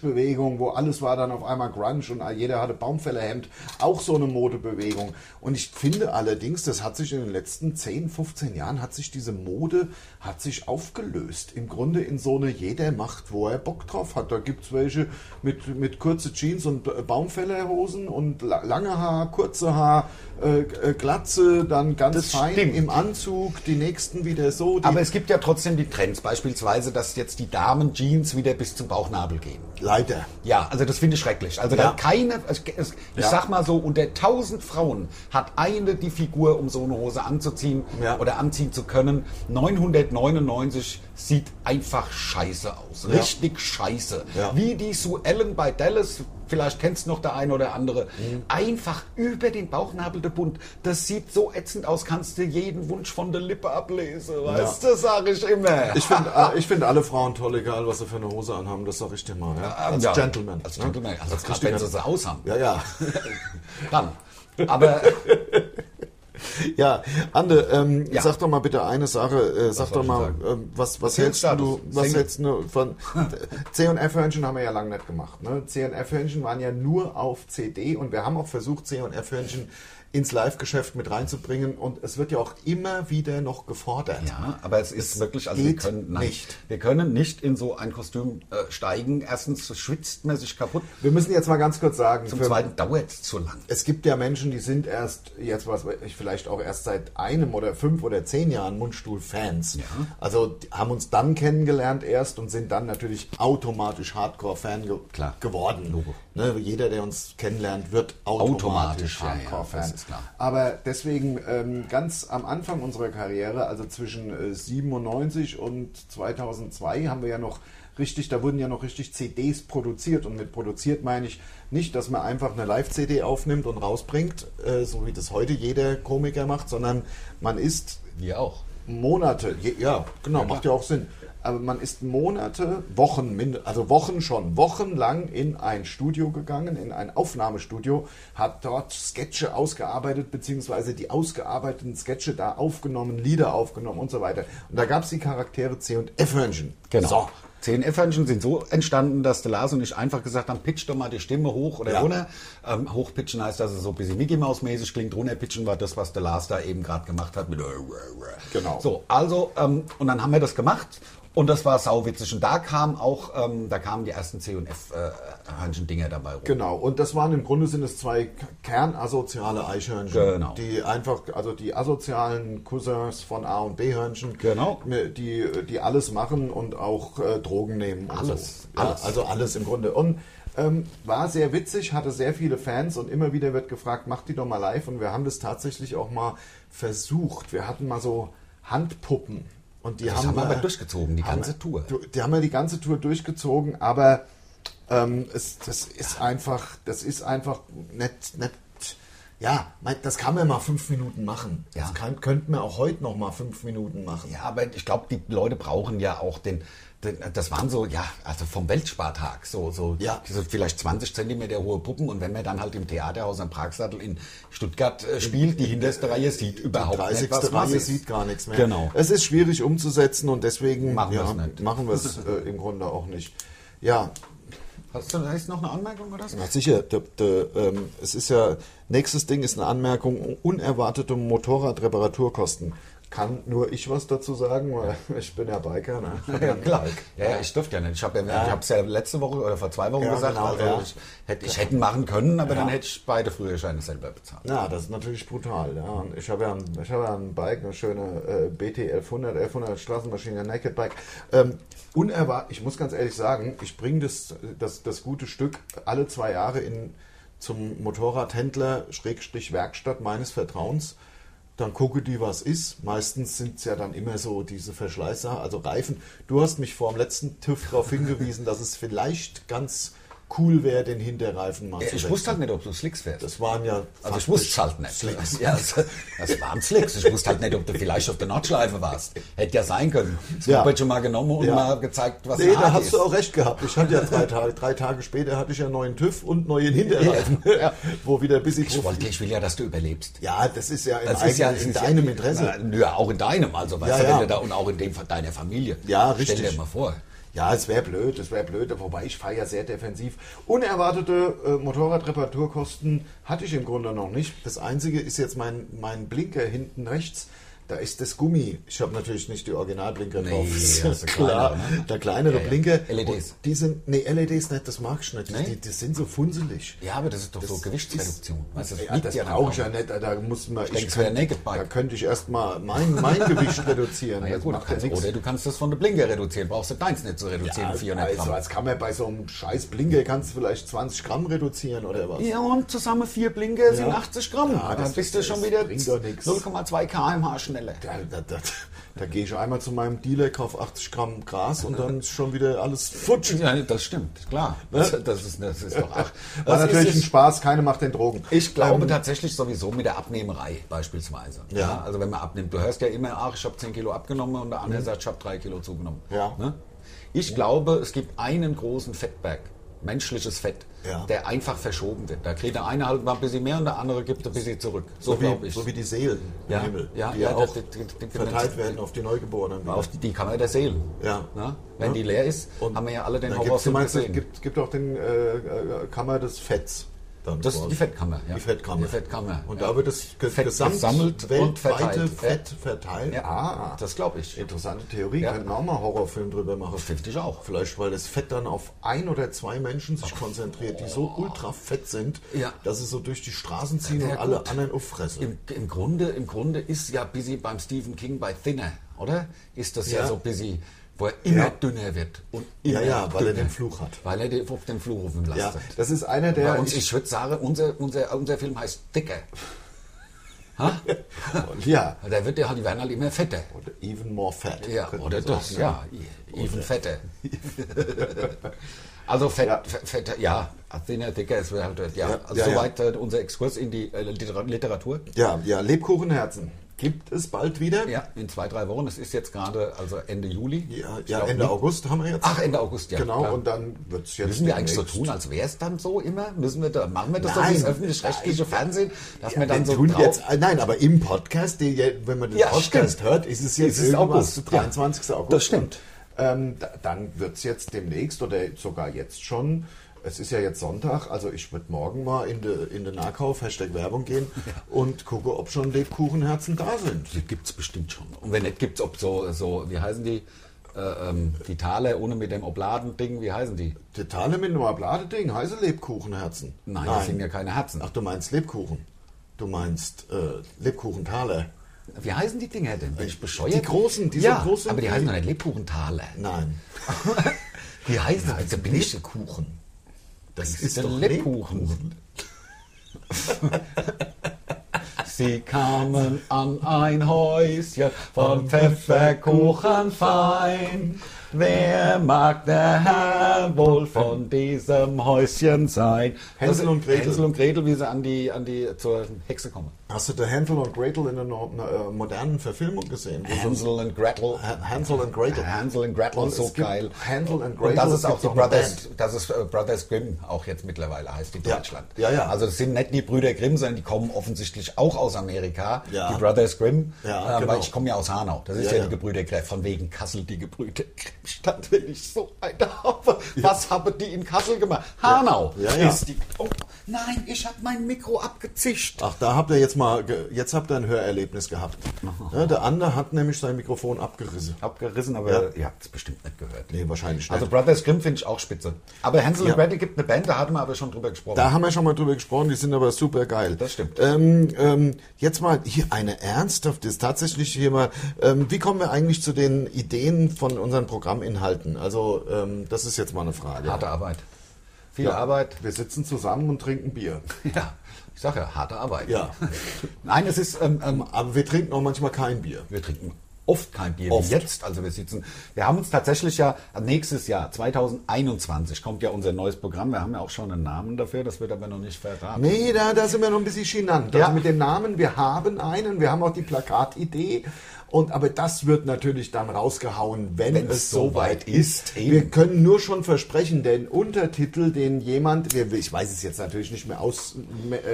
[SPEAKER 2] Grunge-Bewegung, wo alles war dann auf einmal Grunge und jeder hatte Baumfällerhemd, auch so eine Modebewegung. Und ich finde allerdings, das hat sich in den letzten 10, 15 Jahren, hat sich diese Mode, hat sich aufgelöst. Im Grunde in so eine, jeder macht, wo er Bock drauf hat. Da gibt's welche mit, mit kurze Jeans und äh, Baumfällerhosen und la- lange Haar, kurze Haar, äh, äh, Glatze, dann ganz
[SPEAKER 3] Das
[SPEAKER 2] fein
[SPEAKER 3] stimmt.
[SPEAKER 2] im Anzug, die nächsten wieder so. Die
[SPEAKER 3] Aber es gibt ja trotzdem die Trends, beispielsweise, dass jetzt die Damen-Jeans wieder bis zum Bauchnabel gehen.
[SPEAKER 2] Leider.
[SPEAKER 3] Ja, also das finde ich schrecklich. Also
[SPEAKER 2] Ja.
[SPEAKER 3] da keine, es- es- ich
[SPEAKER 2] Ja.
[SPEAKER 3] sag mal so, unter 1000 Frauen hat eine die Figur, um so eine Hose anzuziehen
[SPEAKER 2] Ja.
[SPEAKER 3] oder anziehen zu können. 999 sieht einfach scheiße aus.
[SPEAKER 2] Ja.
[SPEAKER 3] Richtig scheiße.
[SPEAKER 2] Ja.
[SPEAKER 3] Wie die Sue Ellen bei Dallas, vielleicht kennst du noch der eine oder andere,
[SPEAKER 2] Mhm.
[SPEAKER 3] einfach über den Bauchnabel der Bund. Das sieht so ätzend aus, kannst du jeden Wunsch von der Lippe ablesen. Weißt du, sag ich immer.
[SPEAKER 2] Ich finde ich find alle Frauen toll, egal was sie für eine Hose anhaben, das sag ich dir mal. Ja? Als
[SPEAKER 3] Ja.
[SPEAKER 2] Gentleman. ne?
[SPEAKER 3] Als Gentleman. Also,
[SPEAKER 2] Als
[SPEAKER 3] gerade
[SPEAKER 2] richtiger-
[SPEAKER 3] wenn sie sie aushaben.
[SPEAKER 2] Ja, ja.
[SPEAKER 3] Dann. Aber
[SPEAKER 2] Ja, Ande, ähm,
[SPEAKER 3] Ja.
[SPEAKER 2] sag doch mal bitte eine Sache. Äh, sag
[SPEAKER 3] soll
[SPEAKER 2] doch
[SPEAKER 3] ich
[SPEAKER 2] mal,
[SPEAKER 3] sagen?
[SPEAKER 2] ähm, was, was hältst du
[SPEAKER 3] Single-Status.
[SPEAKER 2] was
[SPEAKER 3] Single.
[SPEAKER 2] hältst du von C&F-Hörnchen haben wir ja lange nicht gemacht. Ne? C&F-Hörnchen waren ja nur auf CD und wir haben auch versucht, C&F-Hörnchen ins Live-Geschäft mit reinzubringen und es wird ja auch immer wieder noch gefordert.
[SPEAKER 3] Ja, aber es ist wirklich, also
[SPEAKER 2] geht
[SPEAKER 3] wir können nein,
[SPEAKER 2] nicht.
[SPEAKER 3] Wir können nicht in so ein Kostüm äh, steigen. Erstens schwitzt man sich kaputt.
[SPEAKER 2] Wir müssen jetzt mal ganz kurz sagen,
[SPEAKER 3] Zum
[SPEAKER 2] für-
[SPEAKER 3] Zweiten dauert es zu lang.
[SPEAKER 2] es gibt ja Menschen, die sind erst, jetzt was weiß ich, vielleicht auch erst seit einem oder fünf oder zehn Jahren Mundstuhl-Fans. Also die haben uns dann kennengelernt erst und sind dann natürlich automatisch Hardcore-Fan ge
[SPEAKER 3] Klar.
[SPEAKER 2] geworden.
[SPEAKER 3] Logo.
[SPEAKER 2] Ne, jeder, der uns kennenlernt, wird automatisch,
[SPEAKER 3] Automatisch, ja, ja,
[SPEAKER 2] Hardcore-Fan.
[SPEAKER 3] das ist klar.
[SPEAKER 2] Aber deswegen ähm, ganz am Anfang unserer Karriere, also zwischen äh, 97 und 2002, haben wir ja noch richtig, da wurden ja noch richtig CDs produziert. Und mit produziert meine ich nicht, dass man einfach eine Live-CD aufnimmt und rausbringt, äh, so wie das heute jeder Komiker macht, sondern man ist
[SPEAKER 3] Wir auch.
[SPEAKER 2] Monate, je, ja, genau, macht ja auch Sinn. Aber man ist Monate, Wochen, mind- also Wochen schon, wochenlang in ein Studio gegangen, in ein Aufnahmestudio, hat dort Sketche ausgearbeitet, beziehungsweise die ausgearbeiteten Sketche da aufgenommen, Lieder aufgenommen und so weiter. Und da gab es die Charaktere C und F-Hörnchen.
[SPEAKER 3] So. CNF-Hörnchen Genau. sind so entstanden, dass der Lars und ich einfach gesagt haben, pitch doch mal die Stimme hoch oder
[SPEAKER 2] Ja.
[SPEAKER 3] runter. Ähm, hochpitchen heißt, dass es so ein bisschen Mickey Mouse mäßig klingt. Runterpitchen war das, was der Lars da eben gerade gemacht hat. Mit
[SPEAKER 2] Genau.
[SPEAKER 3] So, also, ähm, und dann haben wir das gemacht und das war sauwitzig. Und da kam auch, ähm, da kamen die ersten CNF-Hörnchen-Dinger äh, dabei rum.
[SPEAKER 2] Genau, und das waren im Grunde sind es zwei k- kernasoziale Eichhörnchen,
[SPEAKER 3] Genau.
[SPEAKER 2] die einfach, also die asozialen Cousins von A und B Hörnchen,
[SPEAKER 3] Genau.
[SPEAKER 2] mi- die, die alles machen und auch äh, Drogen nehmen. Und
[SPEAKER 3] Alles,
[SPEAKER 2] so. Ja,
[SPEAKER 3] alles.
[SPEAKER 2] Also alles im Grunde. Und ähm, war sehr witzig, hatte sehr viele Fans und immer wieder wird gefragt, macht die doch mal live. Und wir haben das tatsächlich auch mal versucht. Wir hatten mal so Handpuppen. Und die
[SPEAKER 3] Also Das
[SPEAKER 2] haben,
[SPEAKER 3] haben wir aber
[SPEAKER 2] äh,
[SPEAKER 3] durchgezogen, die
[SPEAKER 2] haben
[SPEAKER 3] ganze
[SPEAKER 2] wir-
[SPEAKER 3] Tour.
[SPEAKER 2] du- Die haben ja die ganze Tour durchgezogen, aber ähm, es, das ist einfach, das ist einfach nicht, nicht, Ja, mein, das kann man mal fünf Minuten machen.
[SPEAKER 3] Ja.
[SPEAKER 2] Das kann, könnten wir auch heute noch mal fünf Minuten machen.
[SPEAKER 3] Ja, aber ich glaube, die Leute brauchen ja auch den, den. Das waren so, ja, also vom Weltspartag, so, so,
[SPEAKER 2] Ja.
[SPEAKER 3] so vielleicht 20 Zentimeter hohe Puppen. Und wenn man dann halt im Theaterhaus am Pragsattel in Stuttgart äh, spielt, die hinterste Reihe sieht überhaupt
[SPEAKER 2] 30.
[SPEAKER 3] nicht, was
[SPEAKER 2] Reihe
[SPEAKER 3] ist.
[SPEAKER 2] sieht gar nichts mehr.
[SPEAKER 3] Genau.
[SPEAKER 2] Es ist schwierig umzusetzen und deswegen
[SPEAKER 3] Machen
[SPEAKER 2] ja,
[SPEAKER 3] wir's nicht.
[SPEAKER 2] machen wir es äh, im Grunde auch nicht. Ja,
[SPEAKER 3] Hast du da jetzt noch eine Anmerkung oder so?
[SPEAKER 2] na sicher. De, de, ähm, es ist ja, nächstes Ding ist eine Anmerkung, unerwartete Motorradreparaturkosten. Kann nur ich was dazu sagen, weil ich bin ja Biker. Ne?
[SPEAKER 3] Ja, klar. Ja, ja, ich dürfte ja nicht. Ich habe ja, ich hab's ja letzte Woche oder vor zwei Wochen
[SPEAKER 2] Ja,
[SPEAKER 3] gesagt,
[SPEAKER 2] genau,
[SPEAKER 3] also
[SPEAKER 2] ja.
[SPEAKER 3] ich, hätte, ich hätte machen können, aber dann hätte ich beide Früherscheine selber bezahlt.
[SPEAKER 2] Ja, das ist natürlich brutal. Ja. Und ich habe ja, ein- ich habe ja ein Bike, eine schöne äh, BT 1100, 1100 Straßenmaschine, Naked Bike. Ähm, unerwartet, ich muss ganz ehrlich sagen, ich bringe das, das, das gute Stück alle zwei Jahre in, zum Motorradhändler, Schrägstrich Werkstatt meines Vertrauens. Dann gucke die, was ist. Meistens sind es ja dann immer so diese Verschleißer, also Reifen. Du hast mich vor dem letzten TÜV darauf hingewiesen, dass es vielleicht ganz cool wäre, den Hinterreifen mal zu
[SPEAKER 3] Ich
[SPEAKER 2] wechseln.
[SPEAKER 3] wusste halt nicht, ob du Slicks fährst.
[SPEAKER 2] Das waren ja.
[SPEAKER 3] Also ich
[SPEAKER 2] faktisch
[SPEAKER 3] wusste es halt nicht.
[SPEAKER 2] Slicks.
[SPEAKER 3] Ja, also, das waren Slicks. Ich wusste halt nicht, ob du vielleicht auf der Nordschleife warst. Hätte ja sein können. Das
[SPEAKER 2] Ja.
[SPEAKER 3] ja. schon mal genommen und
[SPEAKER 2] Ja.
[SPEAKER 3] mal gezeigt, was
[SPEAKER 2] Nee,
[SPEAKER 3] ein
[SPEAKER 2] da
[SPEAKER 3] Hart
[SPEAKER 2] hast
[SPEAKER 3] ist.
[SPEAKER 2] du auch recht gehabt. Ich hatte ja drei Tage, drei Tage später hatte ich ja neuen TÜV und neuen Hinterreifen, wo wieder ein bisschen
[SPEAKER 3] ich, wollte, ich will ja, dass du überlebst.
[SPEAKER 2] Ja, das ist ja, im
[SPEAKER 3] Das
[SPEAKER 2] eigenen,
[SPEAKER 3] ist ja
[SPEAKER 2] in
[SPEAKER 3] ist
[SPEAKER 2] deinem
[SPEAKER 3] ja,
[SPEAKER 2] Interesse.
[SPEAKER 3] Na, ja, auch in deinem. Also, weißt
[SPEAKER 2] Ja,
[SPEAKER 3] du, wenn
[SPEAKER 2] ja.
[SPEAKER 3] du da und auch in dem von deiner Familie.
[SPEAKER 2] Ja,
[SPEAKER 3] Stell
[SPEAKER 2] richtig.
[SPEAKER 3] dir mal vor.
[SPEAKER 2] Ja, es wäre blöd, es wäre blöd, wobei ich fahre ja sehr defensiv. Unerwartete äh, Motorradreparaturkosten hatte ich im Grunde noch nicht. Das Einzige ist jetzt mein, mein Blinker hinten rechts. Da ist das Gummi. Ich habe natürlich nicht die Originalblinker
[SPEAKER 3] Nee,
[SPEAKER 2] drauf.
[SPEAKER 3] also
[SPEAKER 2] klar.
[SPEAKER 3] kleinere, ne?
[SPEAKER 2] Der kleinere
[SPEAKER 3] Ja, ja.
[SPEAKER 2] Blinker.
[SPEAKER 3] LEDs.
[SPEAKER 2] Und Die sind, nee, LEDs nicht, das mag ich nicht. Die,
[SPEAKER 3] Nee?
[SPEAKER 2] die, die sind so funzelig.
[SPEAKER 3] Ja, aber das ist doch so
[SPEAKER 2] Das
[SPEAKER 3] Gewichtsreduktion.
[SPEAKER 2] ist-
[SPEAKER 3] Weißt du, das
[SPEAKER 2] ja,
[SPEAKER 3] liegt
[SPEAKER 2] das
[SPEAKER 3] ja dann
[SPEAKER 2] brauche ich
[SPEAKER 3] auch.
[SPEAKER 2] ja nicht. Da muss man, ich
[SPEAKER 3] denke, es wäre
[SPEAKER 2] könnte-
[SPEAKER 3] Naked Bike.
[SPEAKER 2] Da könnte ich erstmal mein, mein Gewicht reduzieren.
[SPEAKER 3] Na ja,
[SPEAKER 2] Das
[SPEAKER 3] gut, du
[SPEAKER 2] macht ja
[SPEAKER 3] kannst,
[SPEAKER 2] nichts.
[SPEAKER 3] oder du kannst das von der Blinker reduzieren. Brauchst du deins nicht zu reduzieren,
[SPEAKER 2] Ja,
[SPEAKER 3] 400 Gramm.
[SPEAKER 2] Also, als kann man bei so einem scheiß Blinker kannst du vielleicht 20 Gramm reduzieren oder was?
[SPEAKER 3] Ja, und zusammen vier Blinker sind 80 Gramm.
[SPEAKER 2] Ja,
[SPEAKER 3] dann
[SPEAKER 2] das
[SPEAKER 3] bist du
[SPEAKER 2] ist-
[SPEAKER 3] schon
[SPEAKER 2] das
[SPEAKER 3] wieder
[SPEAKER 2] bringt doch nix.
[SPEAKER 3] 0,2 km/h schneller.
[SPEAKER 2] Da, da, da, da gehe ich einmal zu meinem Dealer, kauf 80 Gramm Gras und dann ist schon wieder alles futsch.
[SPEAKER 3] Ja, das stimmt, klar. Das, das, ist, das ist doch ach,
[SPEAKER 2] War
[SPEAKER 3] das ist-
[SPEAKER 2] natürlich ein
[SPEAKER 3] ist-
[SPEAKER 2] Spaß, keine macht den Drogen. Ähm,
[SPEAKER 3] Ich glaube tatsächlich sowieso mit der Abnehmerei beispielsweise.
[SPEAKER 2] Ja.
[SPEAKER 3] Also wenn man abnimmt, du hörst ja immer, ach, ich habe 10 Kilo abgenommen und der andere sagt, ich habe 3 Kilo zugenommen.
[SPEAKER 2] Ja.
[SPEAKER 3] Ne? Ich glaube, es gibt einen großen Fettberg, menschliches Fett,
[SPEAKER 2] Ja.
[SPEAKER 3] der einfach verschoben wird. Da kriegt der eine halt mal ein bisschen mehr und der andere gibt ein bisschen zurück. So,
[SPEAKER 2] so,
[SPEAKER 3] glaube
[SPEAKER 2] wie,
[SPEAKER 3] ich.
[SPEAKER 2] so wie die Seelen
[SPEAKER 3] Ja,
[SPEAKER 2] im Himmel,
[SPEAKER 3] ja,
[SPEAKER 2] die
[SPEAKER 3] ja,
[SPEAKER 2] ja, auch
[SPEAKER 3] das- das- das-
[SPEAKER 2] verteilt werden auf die Neugeborenen. wieder.
[SPEAKER 3] auf die, die Kammer der Seelen.
[SPEAKER 2] Ja.
[SPEAKER 3] Ne? Wenn die leer ist, haben wir ja alle den
[SPEAKER 2] Dann gibt's, du
[SPEAKER 3] Horrorfilm
[SPEAKER 2] meinst, es
[SPEAKER 3] gesehen.
[SPEAKER 2] gibt, gibt auch den äh, äh, Kammer des Fetts. Dann
[SPEAKER 3] das ist
[SPEAKER 2] quasi.
[SPEAKER 3] die Fettkammer. Ja.
[SPEAKER 2] Die Fettkammer.
[SPEAKER 3] Die Fettkammer.
[SPEAKER 2] Und
[SPEAKER 3] ja.
[SPEAKER 2] da wird das ge-
[SPEAKER 3] Fett
[SPEAKER 2] gesamt
[SPEAKER 3] gesammelt und
[SPEAKER 2] weltweite
[SPEAKER 3] verteilt.
[SPEAKER 2] Fett verteilt.
[SPEAKER 3] Ja,
[SPEAKER 2] Ah,
[SPEAKER 3] das glaube ich.
[SPEAKER 2] interessante Theorie.
[SPEAKER 3] Ja.
[SPEAKER 2] Könnten wir auch mal einen Horrorfilm drüber machen.
[SPEAKER 3] Finde ich auch.
[SPEAKER 2] Vielleicht, weil das Fett dann auf ein oder zwei Menschen sich konzentriert, die so ultra fett sind,
[SPEAKER 3] Ja.
[SPEAKER 2] dass sie so durch die Straßen ziehen
[SPEAKER 3] Ja,
[SPEAKER 2] und alle
[SPEAKER 3] gut.
[SPEAKER 2] anderen auffressen.
[SPEAKER 3] Im, im, Grunde, Im Grunde ist ja busy beim Stephen King bei Thinner, oder? Ist das ja,
[SPEAKER 2] Ja.
[SPEAKER 3] so busy, wo er immer
[SPEAKER 2] Ja.
[SPEAKER 3] dünner wird. Und
[SPEAKER 2] Ja,
[SPEAKER 3] immer
[SPEAKER 2] ja, weil er
[SPEAKER 3] dünner.
[SPEAKER 2] den Fluch hat.
[SPEAKER 3] Weil er den, auf den Fluch auf ihn
[SPEAKER 2] Ja,
[SPEAKER 3] lastet.
[SPEAKER 2] das ist einer der.
[SPEAKER 3] bei uns, ich, würde sagen, unser, unser, unser Film heißt Dicker. ha?
[SPEAKER 2] ja,
[SPEAKER 3] Da wird ja, die werden halt immer fetter.
[SPEAKER 2] oder even more fat.
[SPEAKER 3] Ja,
[SPEAKER 2] könnte
[SPEAKER 3] oder
[SPEAKER 2] man sagen,
[SPEAKER 3] das, ja. Even Fette. also Fett,
[SPEAKER 2] Ja.
[SPEAKER 3] ja. Fett, ja, Athena Dicker ist halt, ja,
[SPEAKER 2] Ja,
[SPEAKER 3] also
[SPEAKER 2] ja, ja.
[SPEAKER 3] soweit äh, unser Exkurs in die äh, Liter- Literatur.
[SPEAKER 2] Ja, ja, Lebkuchenherzen gibt es bald wieder.
[SPEAKER 3] Ja, in zwei, drei Wochen. Es ist jetzt gerade, also Ende Juli.
[SPEAKER 2] ja,
[SPEAKER 3] Ich
[SPEAKER 2] ja
[SPEAKER 3] glaub,
[SPEAKER 2] Ende
[SPEAKER 3] nicht-
[SPEAKER 2] August haben wir jetzt.
[SPEAKER 3] Ach, Ende August, ja.
[SPEAKER 2] genau,
[SPEAKER 3] klar.
[SPEAKER 2] und dann wird es jetzt.
[SPEAKER 3] Müssen wir eigentlich so
[SPEAKER 2] demnächst-
[SPEAKER 3] tun, als wäre es dann so immer? Müssen wir da, machen wir das
[SPEAKER 2] Nein.
[SPEAKER 3] so wie das öffentlich-rechtliche Fernsehen, dass
[SPEAKER 2] Ja,
[SPEAKER 3] wir dann
[SPEAKER 2] wir
[SPEAKER 3] so
[SPEAKER 2] tun
[SPEAKER 3] drauf-
[SPEAKER 2] jetzt, äh, nein, aber im Podcast, die, ja- wenn man den
[SPEAKER 3] Ja,
[SPEAKER 2] Podcast
[SPEAKER 3] stimmt.
[SPEAKER 2] hört, ist es jetzt
[SPEAKER 3] Ist es
[SPEAKER 2] irgendwas,
[SPEAKER 3] August, ja.
[SPEAKER 2] 23. August.
[SPEAKER 3] Das stimmt.
[SPEAKER 2] Ähm, da, dann wird es jetzt demnächst oder sogar jetzt schon. Es ist ja jetzt Sonntag, also ich würde morgen mal in den in de Nahkauf, Hashtag Werbung gehen und gucke, ob schon Lebkuchenherzen da sind.
[SPEAKER 3] Die gibt's bestimmt schon. Und wenn nicht, gibt's ob so, so wie heißen die? Äh, ähm, die Taler ohne mit dem Obladen-Ding, wie heißen die?
[SPEAKER 2] Totale mit einem Bladeding, heiße Lebkuchenherzen.
[SPEAKER 3] Nein, das sind ja keine Herzen.
[SPEAKER 2] Ach, du meinst Lebkuchen. Du meinst äh, Lebkuchentaler.
[SPEAKER 3] Wie heißen die Dinger denn? Bin ich bescheuert?
[SPEAKER 2] Die großen, diese
[SPEAKER 3] ja,
[SPEAKER 2] großen-
[SPEAKER 3] aber die heißen doch nicht Lebkuchentaler.
[SPEAKER 2] Nein.
[SPEAKER 3] Die heißen doch also bin ich
[SPEAKER 2] Kuchen. Das
[SPEAKER 3] Das
[SPEAKER 2] ist
[SPEAKER 3] ist
[SPEAKER 2] doch
[SPEAKER 3] ein Lebkuchen. Sie kamen an ein Häuschen von Pfefferkuchen fein. Wer mag der Herr wohl von diesem Häuschen sein?
[SPEAKER 2] Hänsel und Gretel.
[SPEAKER 3] Hänsel und Gretel, wie sie an die, an die, zur Hexe kommen.
[SPEAKER 2] Hast du der Hänsel und Gretel in einer, no- einer äh, modernen Verfilmung gesehen? Wo so-
[SPEAKER 3] Hansel und Gretel.
[SPEAKER 2] Ha- Hansel und Gretel.
[SPEAKER 3] Hansel und Gretel
[SPEAKER 2] Und
[SPEAKER 3] ist so
[SPEAKER 2] es gibt
[SPEAKER 3] geil.
[SPEAKER 2] Hansel und Gretel,
[SPEAKER 3] Und das
[SPEAKER 2] es
[SPEAKER 3] ist auch
[SPEAKER 2] gibt
[SPEAKER 3] die
[SPEAKER 2] auch eine
[SPEAKER 3] Brothers,
[SPEAKER 2] Band.
[SPEAKER 3] das ist äh, Brothers Grimm auch jetzt mittlerweile heißt in
[SPEAKER 2] Ja.
[SPEAKER 3] Deutschland.
[SPEAKER 2] Ja, ja.
[SPEAKER 3] Also das sind nicht die Brüder Grimm, sondern die kommen offensichtlich auch aus Amerika.
[SPEAKER 2] Ja.
[SPEAKER 3] Die Brothers Grimm.
[SPEAKER 2] Ja,
[SPEAKER 3] äh,
[SPEAKER 2] genau.
[SPEAKER 3] Weil ich komme ja aus Hanau. Das ist
[SPEAKER 2] Ja,
[SPEAKER 3] ja,
[SPEAKER 2] ja.
[SPEAKER 3] die Gebrüder Grimm. Von wegen Kassel, die Gebrüder Grimm Stadt, wenn ich so eine habe. Was haben die in Kassel gemacht? Hanau
[SPEAKER 2] Ja, ja.
[SPEAKER 3] ist die. Oh, nein, ich habe mein Mikro abgezischt.
[SPEAKER 2] Ach, da habt ihr jetzt mal, ge- jetzt habt ihr ein Hörerlebnis gehabt. Ja, der andere hat nämlich sein Mikrofon abgerissen.
[SPEAKER 3] Abgerissen, aber
[SPEAKER 2] Ja.
[SPEAKER 3] ihr habt es bestimmt nicht gehört.
[SPEAKER 2] Nee, wahrscheinlich nicht.
[SPEAKER 3] Also Brothers Grimm finde ich auch spitze. Aber Hansel
[SPEAKER 2] Ja.
[SPEAKER 3] und Gretel gibt eine Band, da hatten wir aber schon drüber gesprochen.
[SPEAKER 2] Da haben wir schon mal drüber gesprochen, die sind aber super geil.
[SPEAKER 3] Das stimmt.
[SPEAKER 2] Ähm, ähm, jetzt mal hier eine ernsthafte, ist tatsächlich hier mal, ähm, wie kommen wir eigentlich zu den Ideen von unseren Programminhalten? Also, ähm, das ist jetzt mal eine Frage.
[SPEAKER 3] Harte Arbeit. Viel
[SPEAKER 2] Ja.
[SPEAKER 3] Arbeit.
[SPEAKER 2] Wir sitzen zusammen und trinken Bier.
[SPEAKER 3] Ja, ich sage ja, harte Arbeit.
[SPEAKER 2] Ja.
[SPEAKER 3] Nein, es ist, ähm, ähm,
[SPEAKER 2] Aber wir trinken auch manchmal kein Bier.
[SPEAKER 3] wir trinken oft kein Bier
[SPEAKER 2] Oft.
[SPEAKER 3] wie jetzt. Also wir sitzen, wir haben uns tatsächlich ja äh, nächstes Jahr, 2021, kommt ja unser neues Programm. Wir haben ja auch schon einen Namen dafür, das wird aber noch nicht verraten.
[SPEAKER 2] Nee, da, da sind wir noch ein bisschen genannt. Also
[SPEAKER 3] Ja.
[SPEAKER 2] mit dem Namen, wir haben einen, wir haben auch die Plakatidee. Und, aber das wird natürlich dann rausgehauen, wenn,
[SPEAKER 3] Wenn
[SPEAKER 2] es
[SPEAKER 3] es
[SPEAKER 2] soweit
[SPEAKER 3] soweit
[SPEAKER 2] ist.
[SPEAKER 3] ist, eben.
[SPEAKER 2] Wir können nur schon versprechen, den Untertitel, den jemand, wir- ich weiß es jetzt natürlich nicht mehr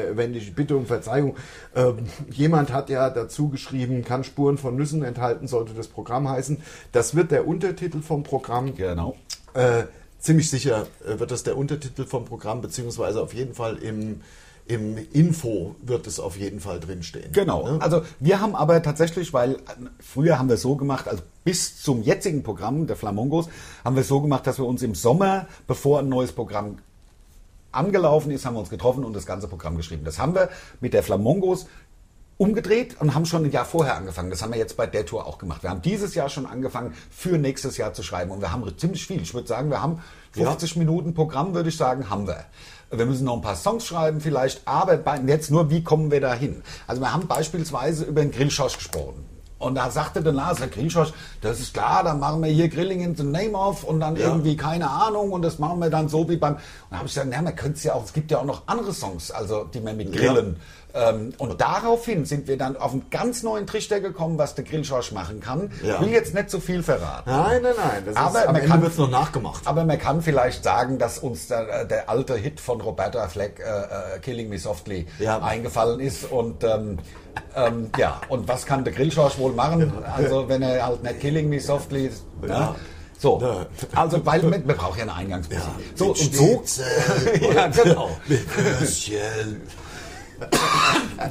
[SPEAKER 2] auswendig, ich bitte um Verzeihung, ähm, jemand hat ja dazu geschrieben, kann Spuren von Nüssen enthalten, sollte das Programm heißen. Das wird der Untertitel vom Programm.
[SPEAKER 3] Genau.
[SPEAKER 2] Äh, ziemlich sicher äh, wird das der Untertitel vom Programm, beziehungsweise auf jeden Fall im, im Info wird es auf jeden Fall drinstehen.
[SPEAKER 3] Genau.
[SPEAKER 2] Ne?
[SPEAKER 3] Also wir haben aber tatsächlich, weil äh, früher haben wir es so gemacht, also bis zum jetzigen Programm der Flamongos, haben wir es so gemacht, dass wir uns im Sommer, bevor ein neues Programm angelaufen ist, haben wir uns getroffen und das ganze Programm geschrieben. Das haben wir mit der Flamongos umgedreht und haben schon ein Jahr vorher angefangen. Das haben wir jetzt bei der Tour auch gemacht. Wir haben dieses Jahr schon angefangen, für nächstes Jahr zu schreiben. Und wir haben ziemlich viel. Ich würde sagen, wir haben 50 Minuten Programm, würde ich sagen, haben wir. Wir müssen noch ein paar Songs schreiben vielleicht, aber bei- jetzt nur, wie kommen wir da hin? Also wir haben beispielsweise über den Grillschorsch gesprochen. Und da sagte der Lars, der Grillschorsch, das ist klar, dann machen wir hier Grilling in the name of und dann
[SPEAKER 2] Ja.
[SPEAKER 3] irgendwie keine Ahnung und das machen wir dann so wie beim... Und da habe ich gesagt, na, man könnte es ja auch, es gibt ja auch noch andere Songs, also die man mit Grillen... Ähm, und daraufhin sind wir dann auf einen ganz neuen Trichter gekommen, was der Grillschorsch machen kann.
[SPEAKER 2] Ja.
[SPEAKER 3] Will jetzt nicht so viel verraten.
[SPEAKER 2] Nein, nein, nein. Das
[SPEAKER 3] Aber
[SPEAKER 2] ist, am
[SPEAKER 3] man
[SPEAKER 2] Ende
[SPEAKER 3] kann-
[SPEAKER 2] wird es noch nachgemacht.
[SPEAKER 3] Aber man kann vielleicht sagen, dass uns der, äh, der alte Hit von Roberta Fleck, äh, äh, Killing Me Softly,
[SPEAKER 2] Ja.
[SPEAKER 3] eingefallen ist. Und ähm, ähm, ja, und was kann der Grillschorsch wohl machen? Also, wenn er halt nicht Killing Me Softly ist.
[SPEAKER 2] Ja.
[SPEAKER 3] Ne? So,
[SPEAKER 2] Ja.
[SPEAKER 3] also weil man, man braucht ja eine Eingangsmusik. so,
[SPEAKER 2] Mit
[SPEAKER 3] und so,
[SPEAKER 2] Schnitzel
[SPEAKER 3] ja, genau.
[SPEAKER 2] mit Würstchen.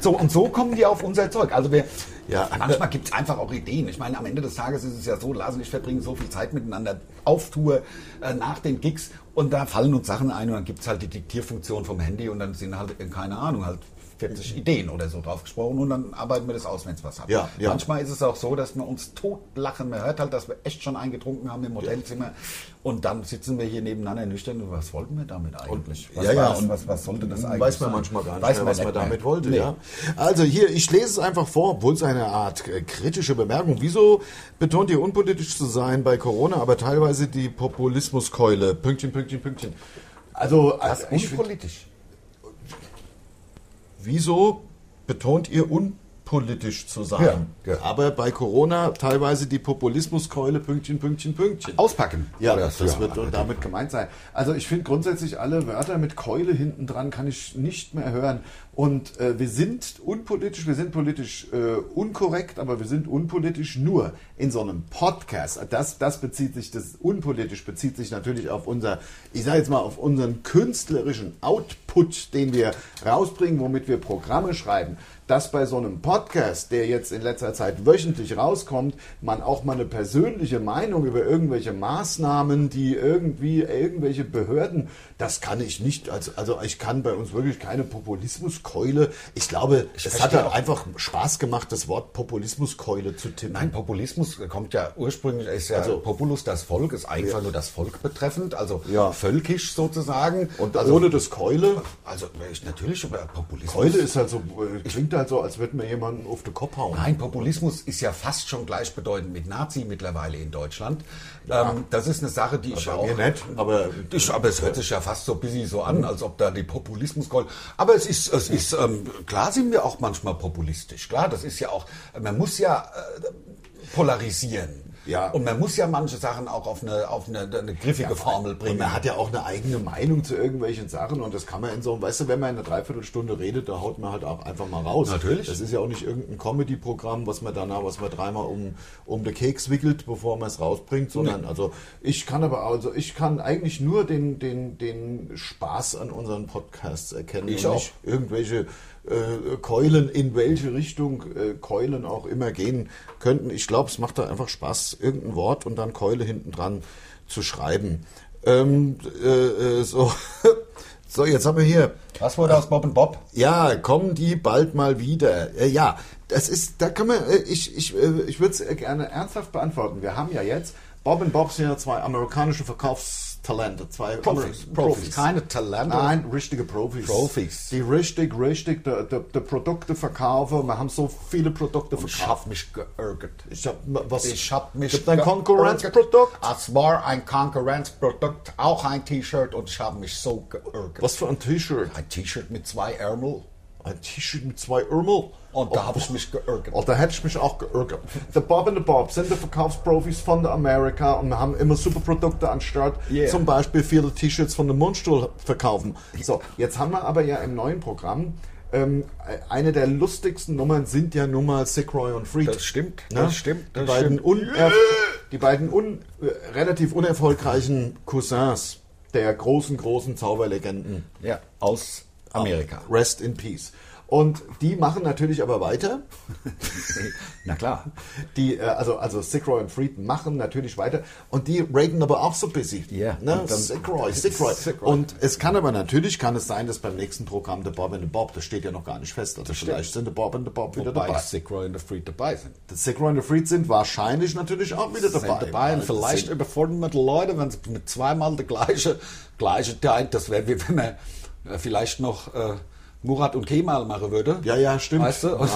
[SPEAKER 3] so und so kommen die auf unser Zeug. Also wir,
[SPEAKER 2] Ja.
[SPEAKER 3] manchmal gibt es einfach auch Ideen. Ich meine, am Ende des Tages ist es ja so, Lars und ich verbringen so viel Zeit miteinander auf Tour, äh, nach den Gigs und da fallen uns Sachen ein und dann gibt es halt die Diktierfunktion vom Handy und dann sind halt, äh, keine Ahnung, halt 40 Ideen oder so draufgesprochen und dann arbeiten wir das aus, wenn es was hat.
[SPEAKER 2] Ja, ja.
[SPEAKER 3] Manchmal ist es auch so, dass wir uns totlachen. Man hört halt, dass wir echt schon eingetrunken haben im Hotelzimmer und dann sitzen wir hier nebeneinander nüchtern und was wollten wir damit eigentlich? was,
[SPEAKER 2] ja, ja,
[SPEAKER 3] war das?
[SPEAKER 2] und
[SPEAKER 3] was, was sollte das eigentlich
[SPEAKER 2] Weiß man
[SPEAKER 3] sein?
[SPEAKER 2] manchmal gar nicht
[SPEAKER 3] Weiß
[SPEAKER 2] mehr, was man
[SPEAKER 3] nicht
[SPEAKER 2] damit
[SPEAKER 3] mehr.
[SPEAKER 2] wollte.
[SPEAKER 3] Nee.
[SPEAKER 2] Ja. Also hier, ich lese es einfach vor, obwohl es eine Art äh, kritische Bemerkung. Wieso betont ihr unpolitisch zu sein bei Corona, aber teilweise die Populismuskeule? Pünktchen, Pünktchen, Pünktchen. Also,
[SPEAKER 3] Das
[SPEAKER 2] also
[SPEAKER 3] ist
[SPEAKER 2] ich find-
[SPEAKER 3] unpolitisch.
[SPEAKER 2] wieso betont ihr unpolitisch zu sein?
[SPEAKER 3] Ja, ja.
[SPEAKER 2] Aber bei Corona teilweise die Populismuskeule, Pünktchen, Pünktchen, Pünktchen.
[SPEAKER 3] Auspacken.
[SPEAKER 2] Ja,
[SPEAKER 3] Oder
[SPEAKER 2] das,
[SPEAKER 3] so.
[SPEAKER 2] wird damit gemeint sein. Also ich finde grundsätzlich alle Wörter mit Keule hinten dran kann ich nicht mehr hören. Und äh, wir sind unpolitisch, wir sind politisch äh, unkorrekt, aber wir sind unpolitisch nur in so einem Podcast. Das, das bezieht sich, das unpolitisch bezieht sich natürlich auf unser, ich sage jetzt mal, auf unseren künstlerischen Output, den wir rausbringen, womit wir Programme schreiben dass bei so einem Podcast, der jetzt in letzter Zeit wöchentlich rauskommt, man auch mal eine persönliche Meinung über irgendwelche Maßnahmen, die irgendwie irgendwelche Behörden, das kann ich nicht, also, also ich kann bei uns wirklich keine Populismuskeule. Ich glaube, es hat
[SPEAKER 3] verstehe
[SPEAKER 2] halt
[SPEAKER 3] auch-
[SPEAKER 2] einfach Spaß gemacht, das Wort Populismuskeule zu tippen.
[SPEAKER 3] Nein, Populismus kommt ja ursprünglich, ist ja
[SPEAKER 2] Also-
[SPEAKER 3] Populus das Volk, ist einfach nur das Volk betreffend, also
[SPEAKER 2] Ja.
[SPEAKER 3] völkisch sozusagen.
[SPEAKER 2] Und
[SPEAKER 3] also,
[SPEAKER 2] ohne das Keule
[SPEAKER 3] Nö, also ich, natürlich über Populismus.
[SPEAKER 2] Keule ist halt so, äh, klingt halt so, als würde mir jemanden auf den Kopf hauen.
[SPEAKER 3] Nein, Populismus ist ja fast schon gleichbedeutend mit Nazi mittlerweile in Deutschland. Ähm, das ist eine Sache, die ich
[SPEAKER 2] Bei
[SPEAKER 3] auch.
[SPEAKER 2] mir nicht, aber
[SPEAKER 3] Ich, aber es hört sich ja fast so ein bisschen so an, als ob da die Populismus -Gold. Aber es ist, es ist ähm, klar sind wir auch manchmal populistisch. Klar, das ist ja auch, man muss ja äh, polarisieren.
[SPEAKER 2] Ja.
[SPEAKER 3] Und man muss ja manche Sachen auch auf eine, auf eine, eine griffige Formel
[SPEAKER 2] Und
[SPEAKER 3] bringen.
[SPEAKER 2] man hat ja auch eine eigene Meinung zu irgendwelchen Sachen und das kann man in so einem, weißt du, wenn man eine Dreiviertelstunde redet, da haut man halt auch einfach mal raus.
[SPEAKER 3] Natürlich.
[SPEAKER 2] Das ist ja auch nicht irgendein Comedy-Programm, was man danach, was man dreimal um, um den Keks wickelt, bevor man es rausbringt, sondern also ich kann aber, also ich kann eigentlich nur den, den, den Spaß an unseren Podcasts erkennen
[SPEAKER 3] Ich
[SPEAKER 2] und
[SPEAKER 3] auch.
[SPEAKER 2] nicht irgendwelche äh, Keulen, in welche Richtung äh, Keulen auch immer gehen könnten. Ich glaube, es macht da einfach Spaß, irgendein Wort und dann Keule hinten dran zu schreiben. Ähm, äh, äh, so. so, jetzt haben wir hier.
[SPEAKER 3] Was wurde aus Bob und Bob?
[SPEAKER 2] Ja, kommen die bald mal wieder? Äh, ja, das ist, da kann man, äh, ich, ich, äh, ich würde es gerne ernsthaft beantworten. Wir haben ja jetzt, Bob und Bob sind ja zwei amerikanische Verkaufstalente, zwei
[SPEAKER 3] Profis,
[SPEAKER 2] Amer-
[SPEAKER 3] Profis. Keine Talente.
[SPEAKER 2] Nein, richtige Profis.
[SPEAKER 3] Profis.
[SPEAKER 2] Die richtig, richtig, die, die, die Produkte verkaufen. Wir haben so viele Produkte
[SPEAKER 3] Ich
[SPEAKER 2] verkauft.
[SPEAKER 3] hab mich geärgert.
[SPEAKER 2] Ich hab was?
[SPEAKER 3] Ich hab mich
[SPEAKER 2] Gibt ein
[SPEAKER 3] geärgert.
[SPEAKER 2] Konkurrenzprodukt?
[SPEAKER 3] Es war ein Konkurrenzprodukt, auch ein T-Shirt und ich habe mich so geärgert.
[SPEAKER 2] Was für ein T-Shirt?
[SPEAKER 3] Ein T-Shirt mit zwei Ärmel
[SPEAKER 2] Ein T-Shirt mit zwei Ärmel.
[SPEAKER 3] und da habe ich mich geärgert.
[SPEAKER 2] Oh, da hätte ich mich auch geärgert. Der Bob und der Bob sind die Verkaufsprofis von der Amerika und wir haben immer super Produkte anstatt
[SPEAKER 3] Yeah.
[SPEAKER 2] zum Beispiel viele T-Shirts von dem Mundstuhl verkaufen. So, jetzt haben wir aber ja im neuen Programm ähm, eine der lustigsten Nummern sind ja nun mal Sick Roy und Fried.
[SPEAKER 3] Das stimmt,
[SPEAKER 2] Ne?
[SPEAKER 3] das stimmt, das
[SPEAKER 2] die beiden,
[SPEAKER 3] stimmt.
[SPEAKER 2] unerf- die beiden un äh, relativ unerfolgreichen Cousins der großen, großen Zauberlegenden.
[SPEAKER 3] Ja, aus Amerika.
[SPEAKER 2] Rest in Peace. Und die machen natürlich aber weiter.
[SPEAKER 3] Na klar.
[SPEAKER 2] Die, äh, also, also Sick Roy und Fried machen natürlich weiter und die raten aber auch so busy.
[SPEAKER 3] Ja.
[SPEAKER 2] Ne?
[SPEAKER 3] Und dann-
[SPEAKER 2] Sick Roy, Sick Roy.
[SPEAKER 3] Sick Roy.
[SPEAKER 2] Und es kann aber natürlich, kann es sein, dass beim nächsten Programm der Bob und der Bob, das steht ja noch gar nicht fest, also vielleicht sind der Bob und der Bob wieder
[SPEAKER 3] Wobei
[SPEAKER 2] dabei.
[SPEAKER 3] Sick Roy und The Free dabei sind.
[SPEAKER 2] Der Sick Roy und der Fried sind wahrscheinlich natürlich auch wieder dabei.
[SPEAKER 3] sind dabei und
[SPEAKER 2] Weil
[SPEAKER 3] vielleicht
[SPEAKER 2] sind-
[SPEAKER 3] überfordert Leute, wenn es mit zweimal der gleiche, gleiche teilt. Das wäre wie wenn man äh, vielleicht noch äh, Murat und Kemal machen würde.
[SPEAKER 2] Ja, ja, stimmt.
[SPEAKER 3] Weißt du? Und,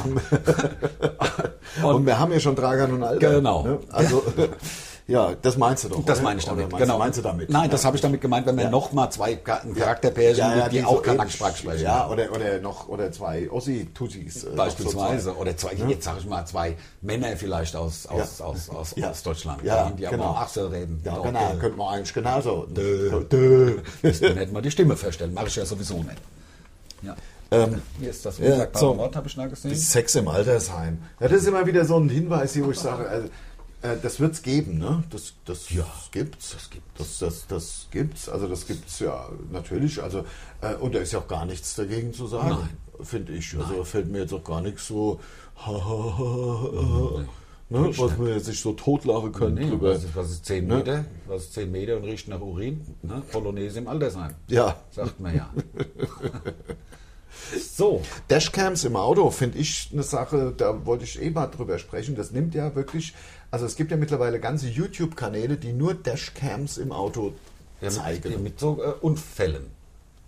[SPEAKER 2] Und wir haben ja schon Dragan und Alter.
[SPEAKER 3] Genau.
[SPEAKER 2] Ne? Also, ja, das meinst du doch.
[SPEAKER 3] das
[SPEAKER 2] oder?
[SPEAKER 3] meine ich
[SPEAKER 2] Oder
[SPEAKER 3] damit. genau.
[SPEAKER 2] Meinst, meinst du damit?
[SPEAKER 3] Nein, das habe ich damit gemeint, wenn man noch nochmal zwei Ka- ein Charakterpärchen
[SPEAKER 2] Ja, ja,
[SPEAKER 3] gibt, die,
[SPEAKER 2] so
[SPEAKER 3] auch
[SPEAKER 2] ähnlich.
[SPEAKER 3] Kanaksprach sprechen.
[SPEAKER 2] Ja, oder, oder noch oder zwei Ossi-Tutsis. äh, noch so
[SPEAKER 3] Beispielsweise.
[SPEAKER 2] zwei.
[SPEAKER 3] Oder zwei, jetzt sage ich mal, zwei Männer vielleicht aus, aus, aus, aus,
[SPEAKER 2] Ja.
[SPEAKER 3] aus Deutschland,
[SPEAKER 2] Ja,
[SPEAKER 3] die
[SPEAKER 2] genau.
[SPEAKER 3] aber auch so reden.
[SPEAKER 2] Ja,
[SPEAKER 3] Doch,
[SPEAKER 2] genau,
[SPEAKER 3] äh,
[SPEAKER 2] könnte man eigentlich genauso.
[SPEAKER 3] Dö.
[SPEAKER 2] Dö.
[SPEAKER 3] Müsste man nicht halt mal die Stimme verstellen. Mache ich ja sowieso nicht. Ja.
[SPEAKER 2] Ähm,
[SPEAKER 3] Hier ist das
[SPEAKER 2] ja,
[SPEAKER 3] unsagbare
[SPEAKER 2] so.
[SPEAKER 3] Wort, habe ich schnell gesehen.
[SPEAKER 2] Sex im Altersheim. Ja, das ist immer wieder so ein Hinweis hier, wo ich sage, also, äh, das wird's geben, ne? Das, das gibt's. Das gibt's. Das, das, das gibt's. Also das gibt's ja natürlich. Also, äh, und da ist ja auch gar nichts dagegen zu sagen, finde ich. Also fällt mir jetzt auch gar nichts so. Ne, was man jetzt sich so totlachen können
[SPEAKER 3] Nee,
[SPEAKER 2] drüber.
[SPEAKER 3] was, ist, was ist 10 Meter? Was ist 10 Meter und riecht nach Urin? Ne? Polonaise im Altersheim.
[SPEAKER 2] Ja.
[SPEAKER 3] Sagt man ja. so.
[SPEAKER 2] Dashcams im Auto finde ich eine Sache, da wollte ich eh mal drüber sprechen. Das nimmt ja wirklich, also es gibt ja mittlerweile ganze YouTube-Kanäle, die nur Dashcams im Auto
[SPEAKER 3] Ja, mit,
[SPEAKER 2] zeigen.
[SPEAKER 3] mit so äh, Unfällen.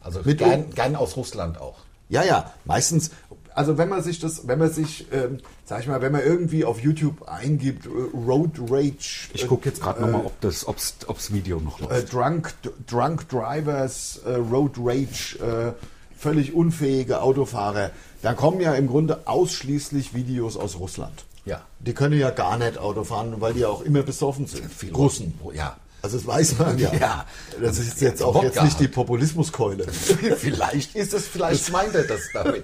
[SPEAKER 3] Also
[SPEAKER 2] Mit
[SPEAKER 3] gern,
[SPEAKER 2] Un-
[SPEAKER 3] gern aus Russland auch.
[SPEAKER 2] Ja, ja, meistens. Also wenn man sich das, wenn man sich, ähm, sag ich mal, wenn man irgendwie auf YouTube eingibt, äh, Road Rage, äh,
[SPEAKER 3] jetzt gerade nochmal, ob das ob's, ob's Video noch läuft.
[SPEAKER 2] äh, Drunk, Drunk Drivers, äh, Road Rage, äh, völlig unfähige Autofahrer, da kommen ja im Grunde ausschließlich Videos aus Russland.
[SPEAKER 3] Ja.
[SPEAKER 2] Die können ja gar nicht Auto fahren, weil die ja auch immer besoffen sind.
[SPEAKER 3] Viel
[SPEAKER 2] Russen.
[SPEAKER 3] Russen, ja.
[SPEAKER 2] Also das weiß man ja.
[SPEAKER 3] Ja.
[SPEAKER 2] Das ist jetzt auch
[SPEAKER 3] Wodka
[SPEAKER 2] jetzt nicht die
[SPEAKER 3] halt.
[SPEAKER 2] Populismuskeule.
[SPEAKER 3] vielleicht ist es, vielleicht meint er das damit.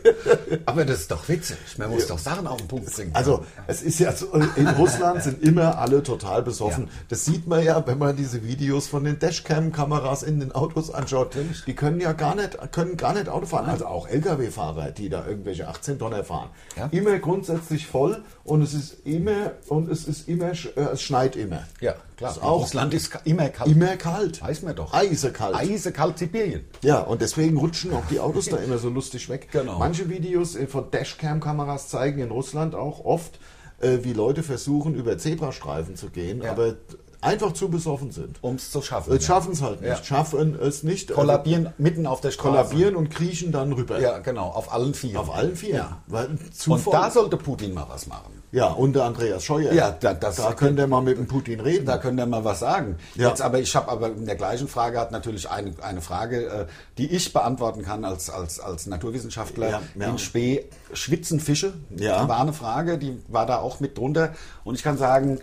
[SPEAKER 3] Aber das ist doch witzig. Man muss doch Sachen auf den Punkt bringen.
[SPEAKER 2] Also es ist ja so, in Russland sind immer alle total besoffen.
[SPEAKER 3] Ja.
[SPEAKER 2] Das sieht man ja, wenn man diese Videos von den Dashcam-Kameras in den Autos anschaut. Die können ja gar nicht, können gar nicht Auto fahren. Also auch Lkw-Fahrer, die da irgendwelche 18 Tonner fahren.
[SPEAKER 3] Ja.
[SPEAKER 2] Immer grundsätzlich voll und es ist immer und es ist immer, sch- äh, es schneit immer.
[SPEAKER 3] ja, klar.
[SPEAKER 2] Ist auch
[SPEAKER 3] Russland ist ka- immer kalt.
[SPEAKER 2] immer kalt.
[SPEAKER 3] Weiß man doch.
[SPEAKER 2] Eisekalt.
[SPEAKER 3] Eisekalt Sibirien.
[SPEAKER 2] Ja, und deswegen rutschen auch die Autos da immer so lustig weg.
[SPEAKER 3] Genau.
[SPEAKER 2] Manche Videos äh, von Dashcam-Kameras zeigen in Russland auch oft, äh, wie Leute versuchen, über Zebrastreifen zu gehen, aber einfach zu besoffen sind.
[SPEAKER 3] um es zu schaffen.
[SPEAKER 2] Äh, Schaffen es halt nicht.
[SPEAKER 3] Ja.
[SPEAKER 2] Schaffen es nicht. äh,
[SPEAKER 3] Kollabieren mitten auf der Straße.
[SPEAKER 2] kollabieren und kriechen dann rüber.
[SPEAKER 3] Ja, genau, auf allen Vieren.
[SPEAKER 2] Auf allen vier.
[SPEAKER 3] Ja.
[SPEAKER 2] Weil zu
[SPEAKER 3] Und
[SPEAKER 2] voll.
[SPEAKER 3] da sollte Putin mal was machen.
[SPEAKER 2] ja, und der Andreas Scheuer.
[SPEAKER 3] Ja, da- das-
[SPEAKER 2] da könnt ihr mal mit dem Putin reden.
[SPEAKER 3] Da könnt ihr mal was sagen.
[SPEAKER 2] Ja.
[SPEAKER 3] Jetzt aber, ich habe aber in der gleichen Frage hat natürlich eine, eine Frage, äh, die ich beantworten kann als, als, als Naturwissenschaftler.
[SPEAKER 2] Ja, ja.
[SPEAKER 3] In Spee schwitzen Fische.
[SPEAKER 2] Ja.
[SPEAKER 3] War eine Frage, die war da auch mit drunter. Und ich kann sagen,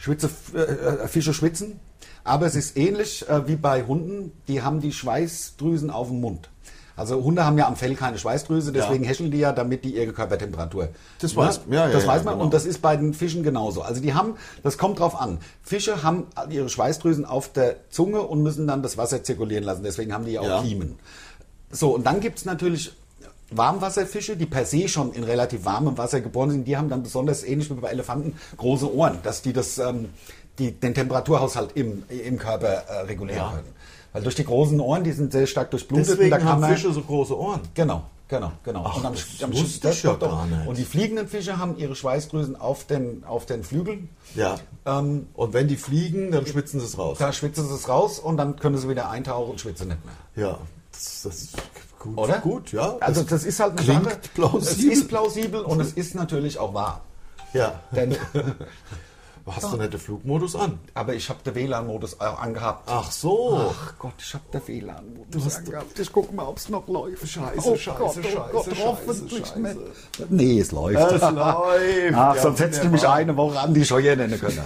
[SPEAKER 3] Schwitze, äh, äh, Fische schwitzen. Aber es ist ähnlich äh, wie bei Hunden. Die haben die Schweißdrüsen auf dem Mund. Also Hunde haben ja am Fell keine Schweißdrüse, deswegen häscheln die ja, damit die ihre Körpertemperatur.
[SPEAKER 2] Das weiß-
[SPEAKER 3] ne?
[SPEAKER 2] ja, ja,
[SPEAKER 3] das
[SPEAKER 2] ja,
[SPEAKER 3] weiß man.
[SPEAKER 2] genau.
[SPEAKER 3] Und das ist bei den Fischen genauso. Also die haben, das kommt drauf an. Fische haben ihre Schweißdrüsen auf der Zunge und müssen dann das Wasser zirkulieren lassen. Deswegen haben die auch
[SPEAKER 2] Ja.
[SPEAKER 3] Kiemen. So, und dann gibt's natürlich Warmwasserfische, die per se schon in relativ warmem Wasser geboren sind. Die haben dann besonders ähnlich wie bei Elefanten große Ohren, dass die, das, ähm, die den Temperaturhaushalt im, im Körper äh, regulieren
[SPEAKER 2] Ja.
[SPEAKER 3] können. Weil durch die großen Ohren, die sind sehr stark durchblutet. und
[SPEAKER 2] Deswegen haben
[SPEAKER 3] man-
[SPEAKER 2] Fische so große Ohren.
[SPEAKER 3] Genau, genau, genau.
[SPEAKER 2] Ach,
[SPEAKER 3] und, am,
[SPEAKER 2] das
[SPEAKER 3] am
[SPEAKER 2] wusste
[SPEAKER 3] das
[SPEAKER 2] ich ja
[SPEAKER 3] doch, doch.
[SPEAKER 2] gar nicht.
[SPEAKER 3] und die fliegenden Fische haben ihre Schweißdrüsen auf den, auf den Flügeln.
[SPEAKER 2] Ja.
[SPEAKER 3] Ähm,
[SPEAKER 2] und wenn die fliegen, dann schwitzen sie es raus.
[SPEAKER 3] da schwitzen sie es raus und dann können sie wieder eintauchen und schwitzen nicht mehr.
[SPEAKER 2] Ja, das, das ist gut.
[SPEAKER 3] Oder?
[SPEAKER 2] Gut, ja.
[SPEAKER 3] Also das ist halt eine
[SPEAKER 2] klingt
[SPEAKER 3] Sache.
[SPEAKER 2] plausibel.
[SPEAKER 3] Es ist plausibel und es ist natürlich auch wahr.
[SPEAKER 2] ja.
[SPEAKER 3] Denn,
[SPEAKER 2] Hast du nicht den Flugmodus an?
[SPEAKER 3] aber ich habe den WLAN-Modus auch äh, angehabt.
[SPEAKER 2] Ach so.
[SPEAKER 3] Ach Gott, ich habe den WLAN-Modus angehabt. Ich gucke mal, ob es noch läuft.
[SPEAKER 2] Scheiße, scheiße, scheiße, scheiße,
[SPEAKER 3] hoffentlich
[SPEAKER 2] scheiße.
[SPEAKER 3] nicht. Nee, es läuft.
[SPEAKER 2] Es läuft.
[SPEAKER 3] Ach,
[SPEAKER 2] Ja,
[SPEAKER 3] sonst hättest du mich
[SPEAKER 2] wunderbar.
[SPEAKER 3] eine Woche an die Scheuer nennen können.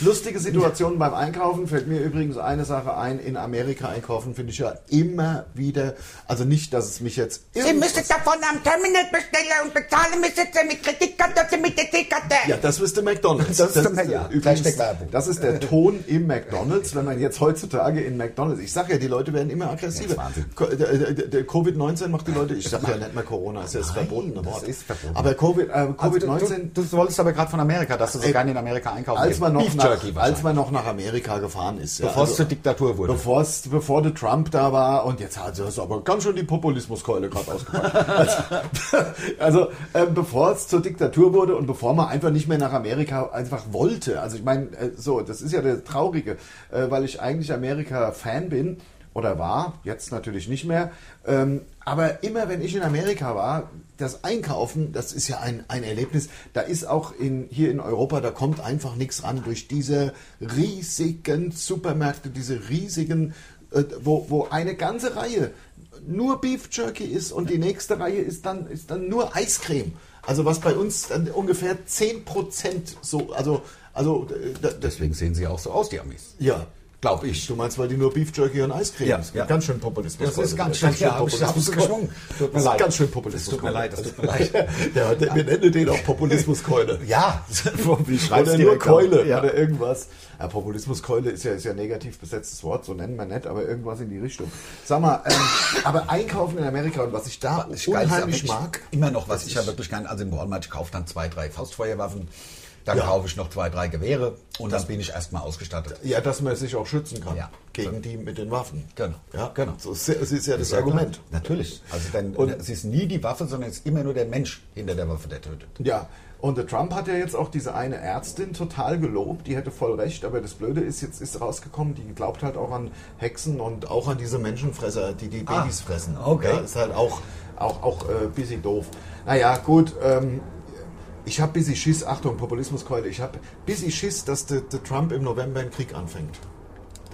[SPEAKER 2] Lustige Situationen beim Einkaufen fällt mir übrigens eine Sache ein. In Amerika einkaufen finde ich ja immer wieder. Also nicht, dass es mich jetzt.
[SPEAKER 1] Sie müssen davon am Terminal bestellen und bezahlen müssen Sie mit Kreditkarte oder mit der T-Karte.
[SPEAKER 2] Ja, das ist der McDonalds.
[SPEAKER 3] Das ist der Mac- ja,
[SPEAKER 2] übrigens,
[SPEAKER 3] Hashtag Werbung.
[SPEAKER 2] das ist der Ton im McDonalds, wenn man jetzt heutzutage in McDonalds. Ich sag ja, die Leute werden immer aggressiver.
[SPEAKER 3] Das ist Wahnsinn.
[SPEAKER 2] Co- der- der- der- der Covid-19 macht die Leute, ich sag ja nicht mehr Corona, ist ja das verbotene
[SPEAKER 3] das
[SPEAKER 2] Wort.
[SPEAKER 3] ist verboten.
[SPEAKER 2] Aber Covid, äh,
[SPEAKER 3] Also,
[SPEAKER 2] Covid-19
[SPEAKER 3] du, du, du wolltest aber gerade von Amerika, dass du so
[SPEAKER 2] Ey,
[SPEAKER 3] gerne in Amerika einkaufen
[SPEAKER 2] als
[SPEAKER 3] gehst.
[SPEAKER 2] man, noch
[SPEAKER 3] Beef
[SPEAKER 2] nach,
[SPEAKER 3] Jerky
[SPEAKER 2] als
[SPEAKER 3] wahrscheinlich.
[SPEAKER 2] man noch nach Amerika gefahren ist. Ja, also
[SPEAKER 3] Bevor es zur Diktatur wurde.
[SPEAKER 2] Bevor, es, bevor der Trump da war und jetzt hat es aber ganz schön die Populismuskeule gerade ausgepackt. also also ähm, bevor es zur Diktatur wurde und bevor man einfach nicht mehr nach Amerika einfach wollte. Also ich meine, äh, so, das ist ja das Traurige, äh, weil ich eigentlich Amerika-Fan bin oder war, jetzt natürlich nicht mehr. Ähm, aber immer wenn ich in Amerika war, das Einkaufen, das ist ja ein, ein Erlebnis. Da ist auch in, hier in Europa, da kommt einfach nichts ran durch diese riesigen Supermärkte, diese riesigen, äh, wo, wo eine ganze Reihe nur Beef Jerky ist und die nächste Reihe ist dann, ist dann nur Eiscreme. Also was bei uns dann ungefähr 10% so, also, also äh, da, das,
[SPEAKER 3] Deswegen sehen sie auch so aus, die Amis.
[SPEAKER 2] ja.
[SPEAKER 3] Glaube ich.
[SPEAKER 2] Du meinst, weil die nur Beef Jerky und Eiscreme
[SPEAKER 3] Ja,
[SPEAKER 2] ist?
[SPEAKER 3] ja.
[SPEAKER 2] Ganz schön Populismus.
[SPEAKER 3] Das ist
[SPEAKER 2] Leute.
[SPEAKER 3] ganz schön, ja, hab ich-
[SPEAKER 2] Populismus.
[SPEAKER 3] hab's geschwungen. Tut mir
[SPEAKER 2] Das ist
[SPEAKER 3] leid.
[SPEAKER 2] Ganz schön Populismus.
[SPEAKER 3] Das tut mir leid, das tut mir leid.
[SPEAKER 2] ja, der, wir nennen den auch Populismuskeule.
[SPEAKER 3] Ja, wie
[SPEAKER 2] Oder nur Keule
[SPEAKER 3] Ja.
[SPEAKER 2] oder irgendwas. Ja, Populismuskeule ist ja, ist ja ein negativ besetztes Wort, so nennen wir nicht, aber irgendwas in die Richtung. Sag mal, ähm, aber einkaufen in Amerika und was ich da
[SPEAKER 3] Ich
[SPEAKER 2] unheimlich
[SPEAKER 3] ich
[SPEAKER 2] mag,
[SPEAKER 3] Immer noch, was ich ja wirklich kann. Also im Walmart, ich kaufe dann zwei, drei Faustfeuerwaffen. Dann
[SPEAKER 2] Ja.
[SPEAKER 3] kaufe ich noch zwei, drei Gewehre. Und dann bin ich erstmal ausgestattet.
[SPEAKER 2] Ja, dass man sich auch schützen kann
[SPEAKER 3] Ja.
[SPEAKER 2] gegen die mit den Waffen.
[SPEAKER 3] Genau.
[SPEAKER 2] Ja,
[SPEAKER 3] Genau.
[SPEAKER 2] So ist, es ist ja das
[SPEAKER 3] Ja,
[SPEAKER 2] Argument.
[SPEAKER 3] klar. Natürlich. Also dann,
[SPEAKER 2] Und-
[SPEAKER 3] es ist nie die Waffe, sondern es ist immer nur der Mensch hinter der Waffe, der tötet.
[SPEAKER 2] Ja. Und der Trump hat ja jetzt auch diese eine Ärztin total gelobt, die hätte voll recht, aber das Blöde ist, jetzt ist rausgekommen, die glaubt halt auch an Hexen und auch an diese Menschenfresser, die die
[SPEAKER 3] Ah,
[SPEAKER 2] Babys fressen.
[SPEAKER 3] okay.
[SPEAKER 2] Ja, ist halt auch, auch, auch äh, bisschen doof. Naja, gut, ähm, ich habe bisschen Schiss, Achtung, Populismuskeule, ich habe bisschen Schiss, dass der, der Trump im November einen Krieg anfängt.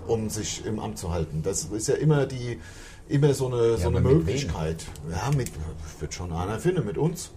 [SPEAKER 2] um sich im Amt zu halten. Das ist ja immer die immer so eine, so
[SPEAKER 3] aber
[SPEAKER 2] eine
[SPEAKER 3] mit wem?
[SPEAKER 2] Möglichkeit. Ja, mit wird schon einer finden mit uns.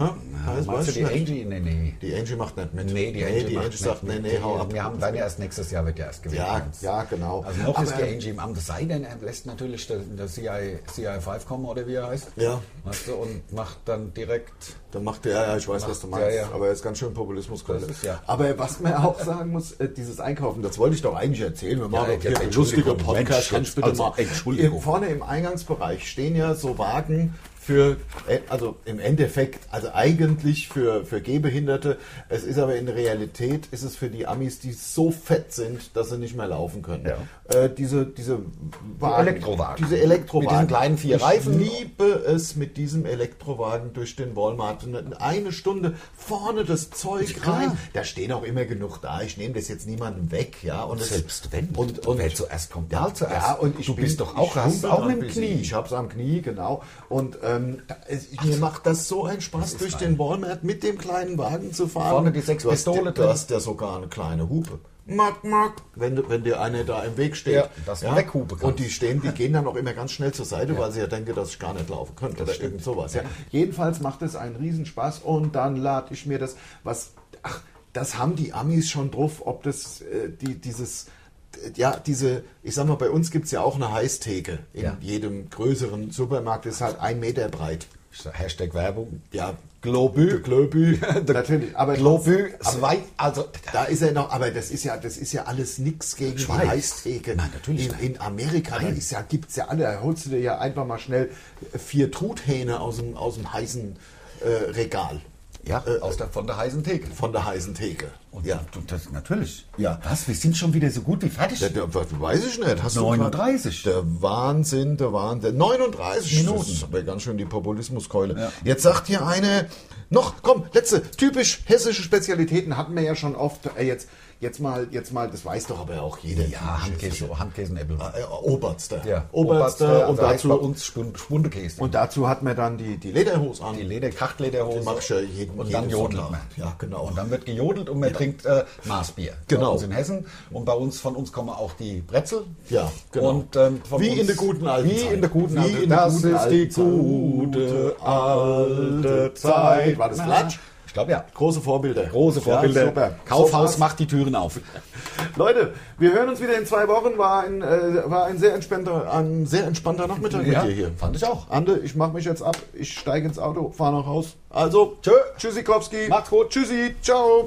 [SPEAKER 2] Ja, weiß, weiß
[SPEAKER 3] Meinst du
[SPEAKER 2] ich
[SPEAKER 3] die
[SPEAKER 2] nicht.
[SPEAKER 3] Angie? Nee, nee.
[SPEAKER 2] die Angie macht nicht mit.
[SPEAKER 3] Nee, die Angie, macht nicht
[SPEAKER 2] sagt,
[SPEAKER 3] mit.
[SPEAKER 2] nee, nee, hau ab.
[SPEAKER 3] Wir haben dann ja erst nächstes Jahr wird ja erst gewählt.
[SPEAKER 2] Ja, ja, genau.
[SPEAKER 3] Also noch ist die
[SPEAKER 2] Aber-
[SPEAKER 3] Angie im Amt, es sei denn, er lässt natürlich der, der CI, CI5 kommen oder wie er heißt.
[SPEAKER 2] Ja.
[SPEAKER 3] Weißt du, und macht dann direkt.
[SPEAKER 2] Dann macht er, ja, ich weiß, was du meinst,
[SPEAKER 3] ja, ja.
[SPEAKER 2] aber er ist ganz schön Populismus.
[SPEAKER 3] Das ist ja-
[SPEAKER 2] Aber was man auch sagen muss, äh, dieses Einkaufen, das wollte ich doch eigentlich erzählen. Wir machen
[SPEAKER 3] Ja,
[SPEAKER 2] doch
[SPEAKER 3] jetzt
[SPEAKER 2] hier einen
[SPEAKER 3] Entschuldigung,
[SPEAKER 2] lustigen Podcast.
[SPEAKER 3] Mensch,
[SPEAKER 2] Kannst
[SPEAKER 3] jetzt,
[SPEAKER 2] bitte
[SPEAKER 3] also
[SPEAKER 2] mal.
[SPEAKER 3] Entschuldigung.
[SPEAKER 2] Hier Vorne im Eingangsbereich stehen ja so Wagen für, äh, also im Endeffekt, also eigentlich für, für Gehbehinderte. Es ist aber in der Realität, ist es für die Amis, die so fett sind, dass sie nicht mehr laufen können.
[SPEAKER 3] Ja.
[SPEAKER 2] Äh, diese, diese Wagen,
[SPEAKER 3] Elektrowagen.
[SPEAKER 2] Diese Elektrowagen.
[SPEAKER 3] Mit diesen kleinen vier
[SPEAKER 2] ich
[SPEAKER 3] Reifen.
[SPEAKER 2] liebe es, mit diesem Elektrowagen durch den Walmart. Und Eine Stunde vorne das Zeug rein. Da stehen auch immer genug da. Ich nehme das jetzt niemandem weg, ja. Und es-
[SPEAKER 3] Selbst wenn.
[SPEAKER 2] Und, und
[SPEAKER 3] Wer zuerst kommt,
[SPEAKER 2] ja,
[SPEAKER 3] der zuerst.
[SPEAKER 2] Ja, und ich
[SPEAKER 3] Du
[SPEAKER 2] bin,
[SPEAKER 3] bist doch
[SPEAKER 2] ich
[SPEAKER 3] auch- hast es
[SPEAKER 2] humpel
[SPEAKER 3] auch
[SPEAKER 2] noch ein
[SPEAKER 3] im
[SPEAKER 2] bisschen.
[SPEAKER 3] Knie.
[SPEAKER 2] Ich hab's am Knie, genau. Und ähm, es, mir macht das so einen Spaß, durch den Walmart mit dem kleinen Wagen zu fahren.
[SPEAKER 3] Vorne die sechs
[SPEAKER 2] du hast,
[SPEAKER 3] Pistole
[SPEAKER 2] Du
[SPEAKER 3] drin.
[SPEAKER 2] hast ja sogar eine kleine Hupe. Mack, mack. Wenn, du- wenn dir einer da im Weg steht.
[SPEAKER 3] Ja, dass man weghupen kann.
[SPEAKER 2] Und die stehen, die gehen dann auch immer ganz schnell zur Seite, weil sie ja denken, dass ich gar nicht laufen könnte oder irgend sowas. Ja. Jedenfalls macht es einen Riesenspaß und dann lade ich mir das, was, ach, das haben die Amis schon drauf, ob das, äh, die, dieses, äh, ja, diese, ich sag mal, bei uns gibt es ja auch eine Heißtheke in
[SPEAKER 3] Ja.
[SPEAKER 2] jedem größeren Supermarkt, ist halt ein Meter breit.
[SPEAKER 3] Hashtag Werbung.
[SPEAKER 2] Ja,
[SPEAKER 3] Globü.
[SPEAKER 2] Globü, natürlich, aber
[SPEAKER 3] Globü.
[SPEAKER 2] aber-
[SPEAKER 3] Zwei, also,
[SPEAKER 2] da ist er noch, aber das ist ja, das ist ja alles nix gegen
[SPEAKER 3] Schweiz.
[SPEAKER 2] die Heißtheke.
[SPEAKER 3] Nein, natürlich
[SPEAKER 2] In,
[SPEAKER 3] nicht.
[SPEAKER 2] in Amerika, da ist ja, gibt's ja alle, da holst du dir ja einfach mal schnell vier Truthähne aus dem, aus dem heißen äh, Regal.
[SPEAKER 3] ja, aus der, von der heißen Theke.
[SPEAKER 2] Von der heißen Theke.
[SPEAKER 3] Und
[SPEAKER 2] äh, ja.
[SPEAKER 3] du- das, natürlich.
[SPEAKER 2] Ja.
[SPEAKER 3] Was? Wir sind schon wieder so gut wie fertig.
[SPEAKER 2] Äh, Da, da, was, weiß ich nicht. Hast du
[SPEAKER 3] 39.
[SPEAKER 2] grad- Der Wahnsinn, der Wahnsinn. 39
[SPEAKER 3] Minuten.
[SPEAKER 2] Das ist aber ganz schön die Populismuskeule.
[SPEAKER 3] Ja.
[SPEAKER 2] Jetzt sagt hier eine, noch, komm, letzte, typisch hessische Spezialitäten hatten wir ja schon oft. Äh, jetzt, jetzt mal, jetzt mal, das weiß doch aber auch jeder.
[SPEAKER 3] ja, Handkäse, Handkäse und Äpfel.
[SPEAKER 2] Äh, Oberster.
[SPEAKER 3] Ja.
[SPEAKER 2] Oberster.
[SPEAKER 3] also
[SPEAKER 2] und,
[SPEAKER 3] heißt bei
[SPEAKER 2] dazu,
[SPEAKER 3] uns Spund- Spundekäse.
[SPEAKER 2] und dazu hat man dann die, die Lederhose an.
[SPEAKER 3] die Leder, Krachtlederhose.
[SPEAKER 2] Die mach ich ja jeden-
[SPEAKER 3] und dann
[SPEAKER 2] jeden
[SPEAKER 3] jodelt man.
[SPEAKER 2] Sonntag. Ja, genau.
[SPEAKER 3] Und dann wird gejodelt und man trinkt äh, Maßbier.
[SPEAKER 2] Genau.
[SPEAKER 3] Bei uns in Hessen. Und bei uns, von uns kommen auch die Brezel.
[SPEAKER 2] Ja, genau.
[SPEAKER 3] Und, ähm, von
[SPEAKER 2] Wie
[SPEAKER 3] uns,
[SPEAKER 2] in der guten alten
[SPEAKER 3] wie
[SPEAKER 2] Zeit.
[SPEAKER 3] In der guten
[SPEAKER 2] Wie
[SPEAKER 3] alten,
[SPEAKER 2] in der guten alten Zeit.
[SPEAKER 3] War das Klatsch? Ich glaube ja.
[SPEAKER 2] Große Vorbilder.
[SPEAKER 3] Große Vorbilder.
[SPEAKER 2] Ja, super.
[SPEAKER 3] Kaufhaus
[SPEAKER 2] So war's.
[SPEAKER 3] macht die Türen auf.
[SPEAKER 2] Leute, wir hören uns wieder in zwei Wochen. War ein, äh, war ein, sehr, entspannter, ein sehr entspannter Nachmittag
[SPEAKER 3] Ja,
[SPEAKER 2] mit dir hier.
[SPEAKER 3] fand ich auch.
[SPEAKER 2] Ande, ich mache mich jetzt ab. Ich steige ins Auto, fahre nach Haus. Also, tschö. Tschüssikowski.
[SPEAKER 3] Macht's gut.
[SPEAKER 2] Tschüssi. Ciao.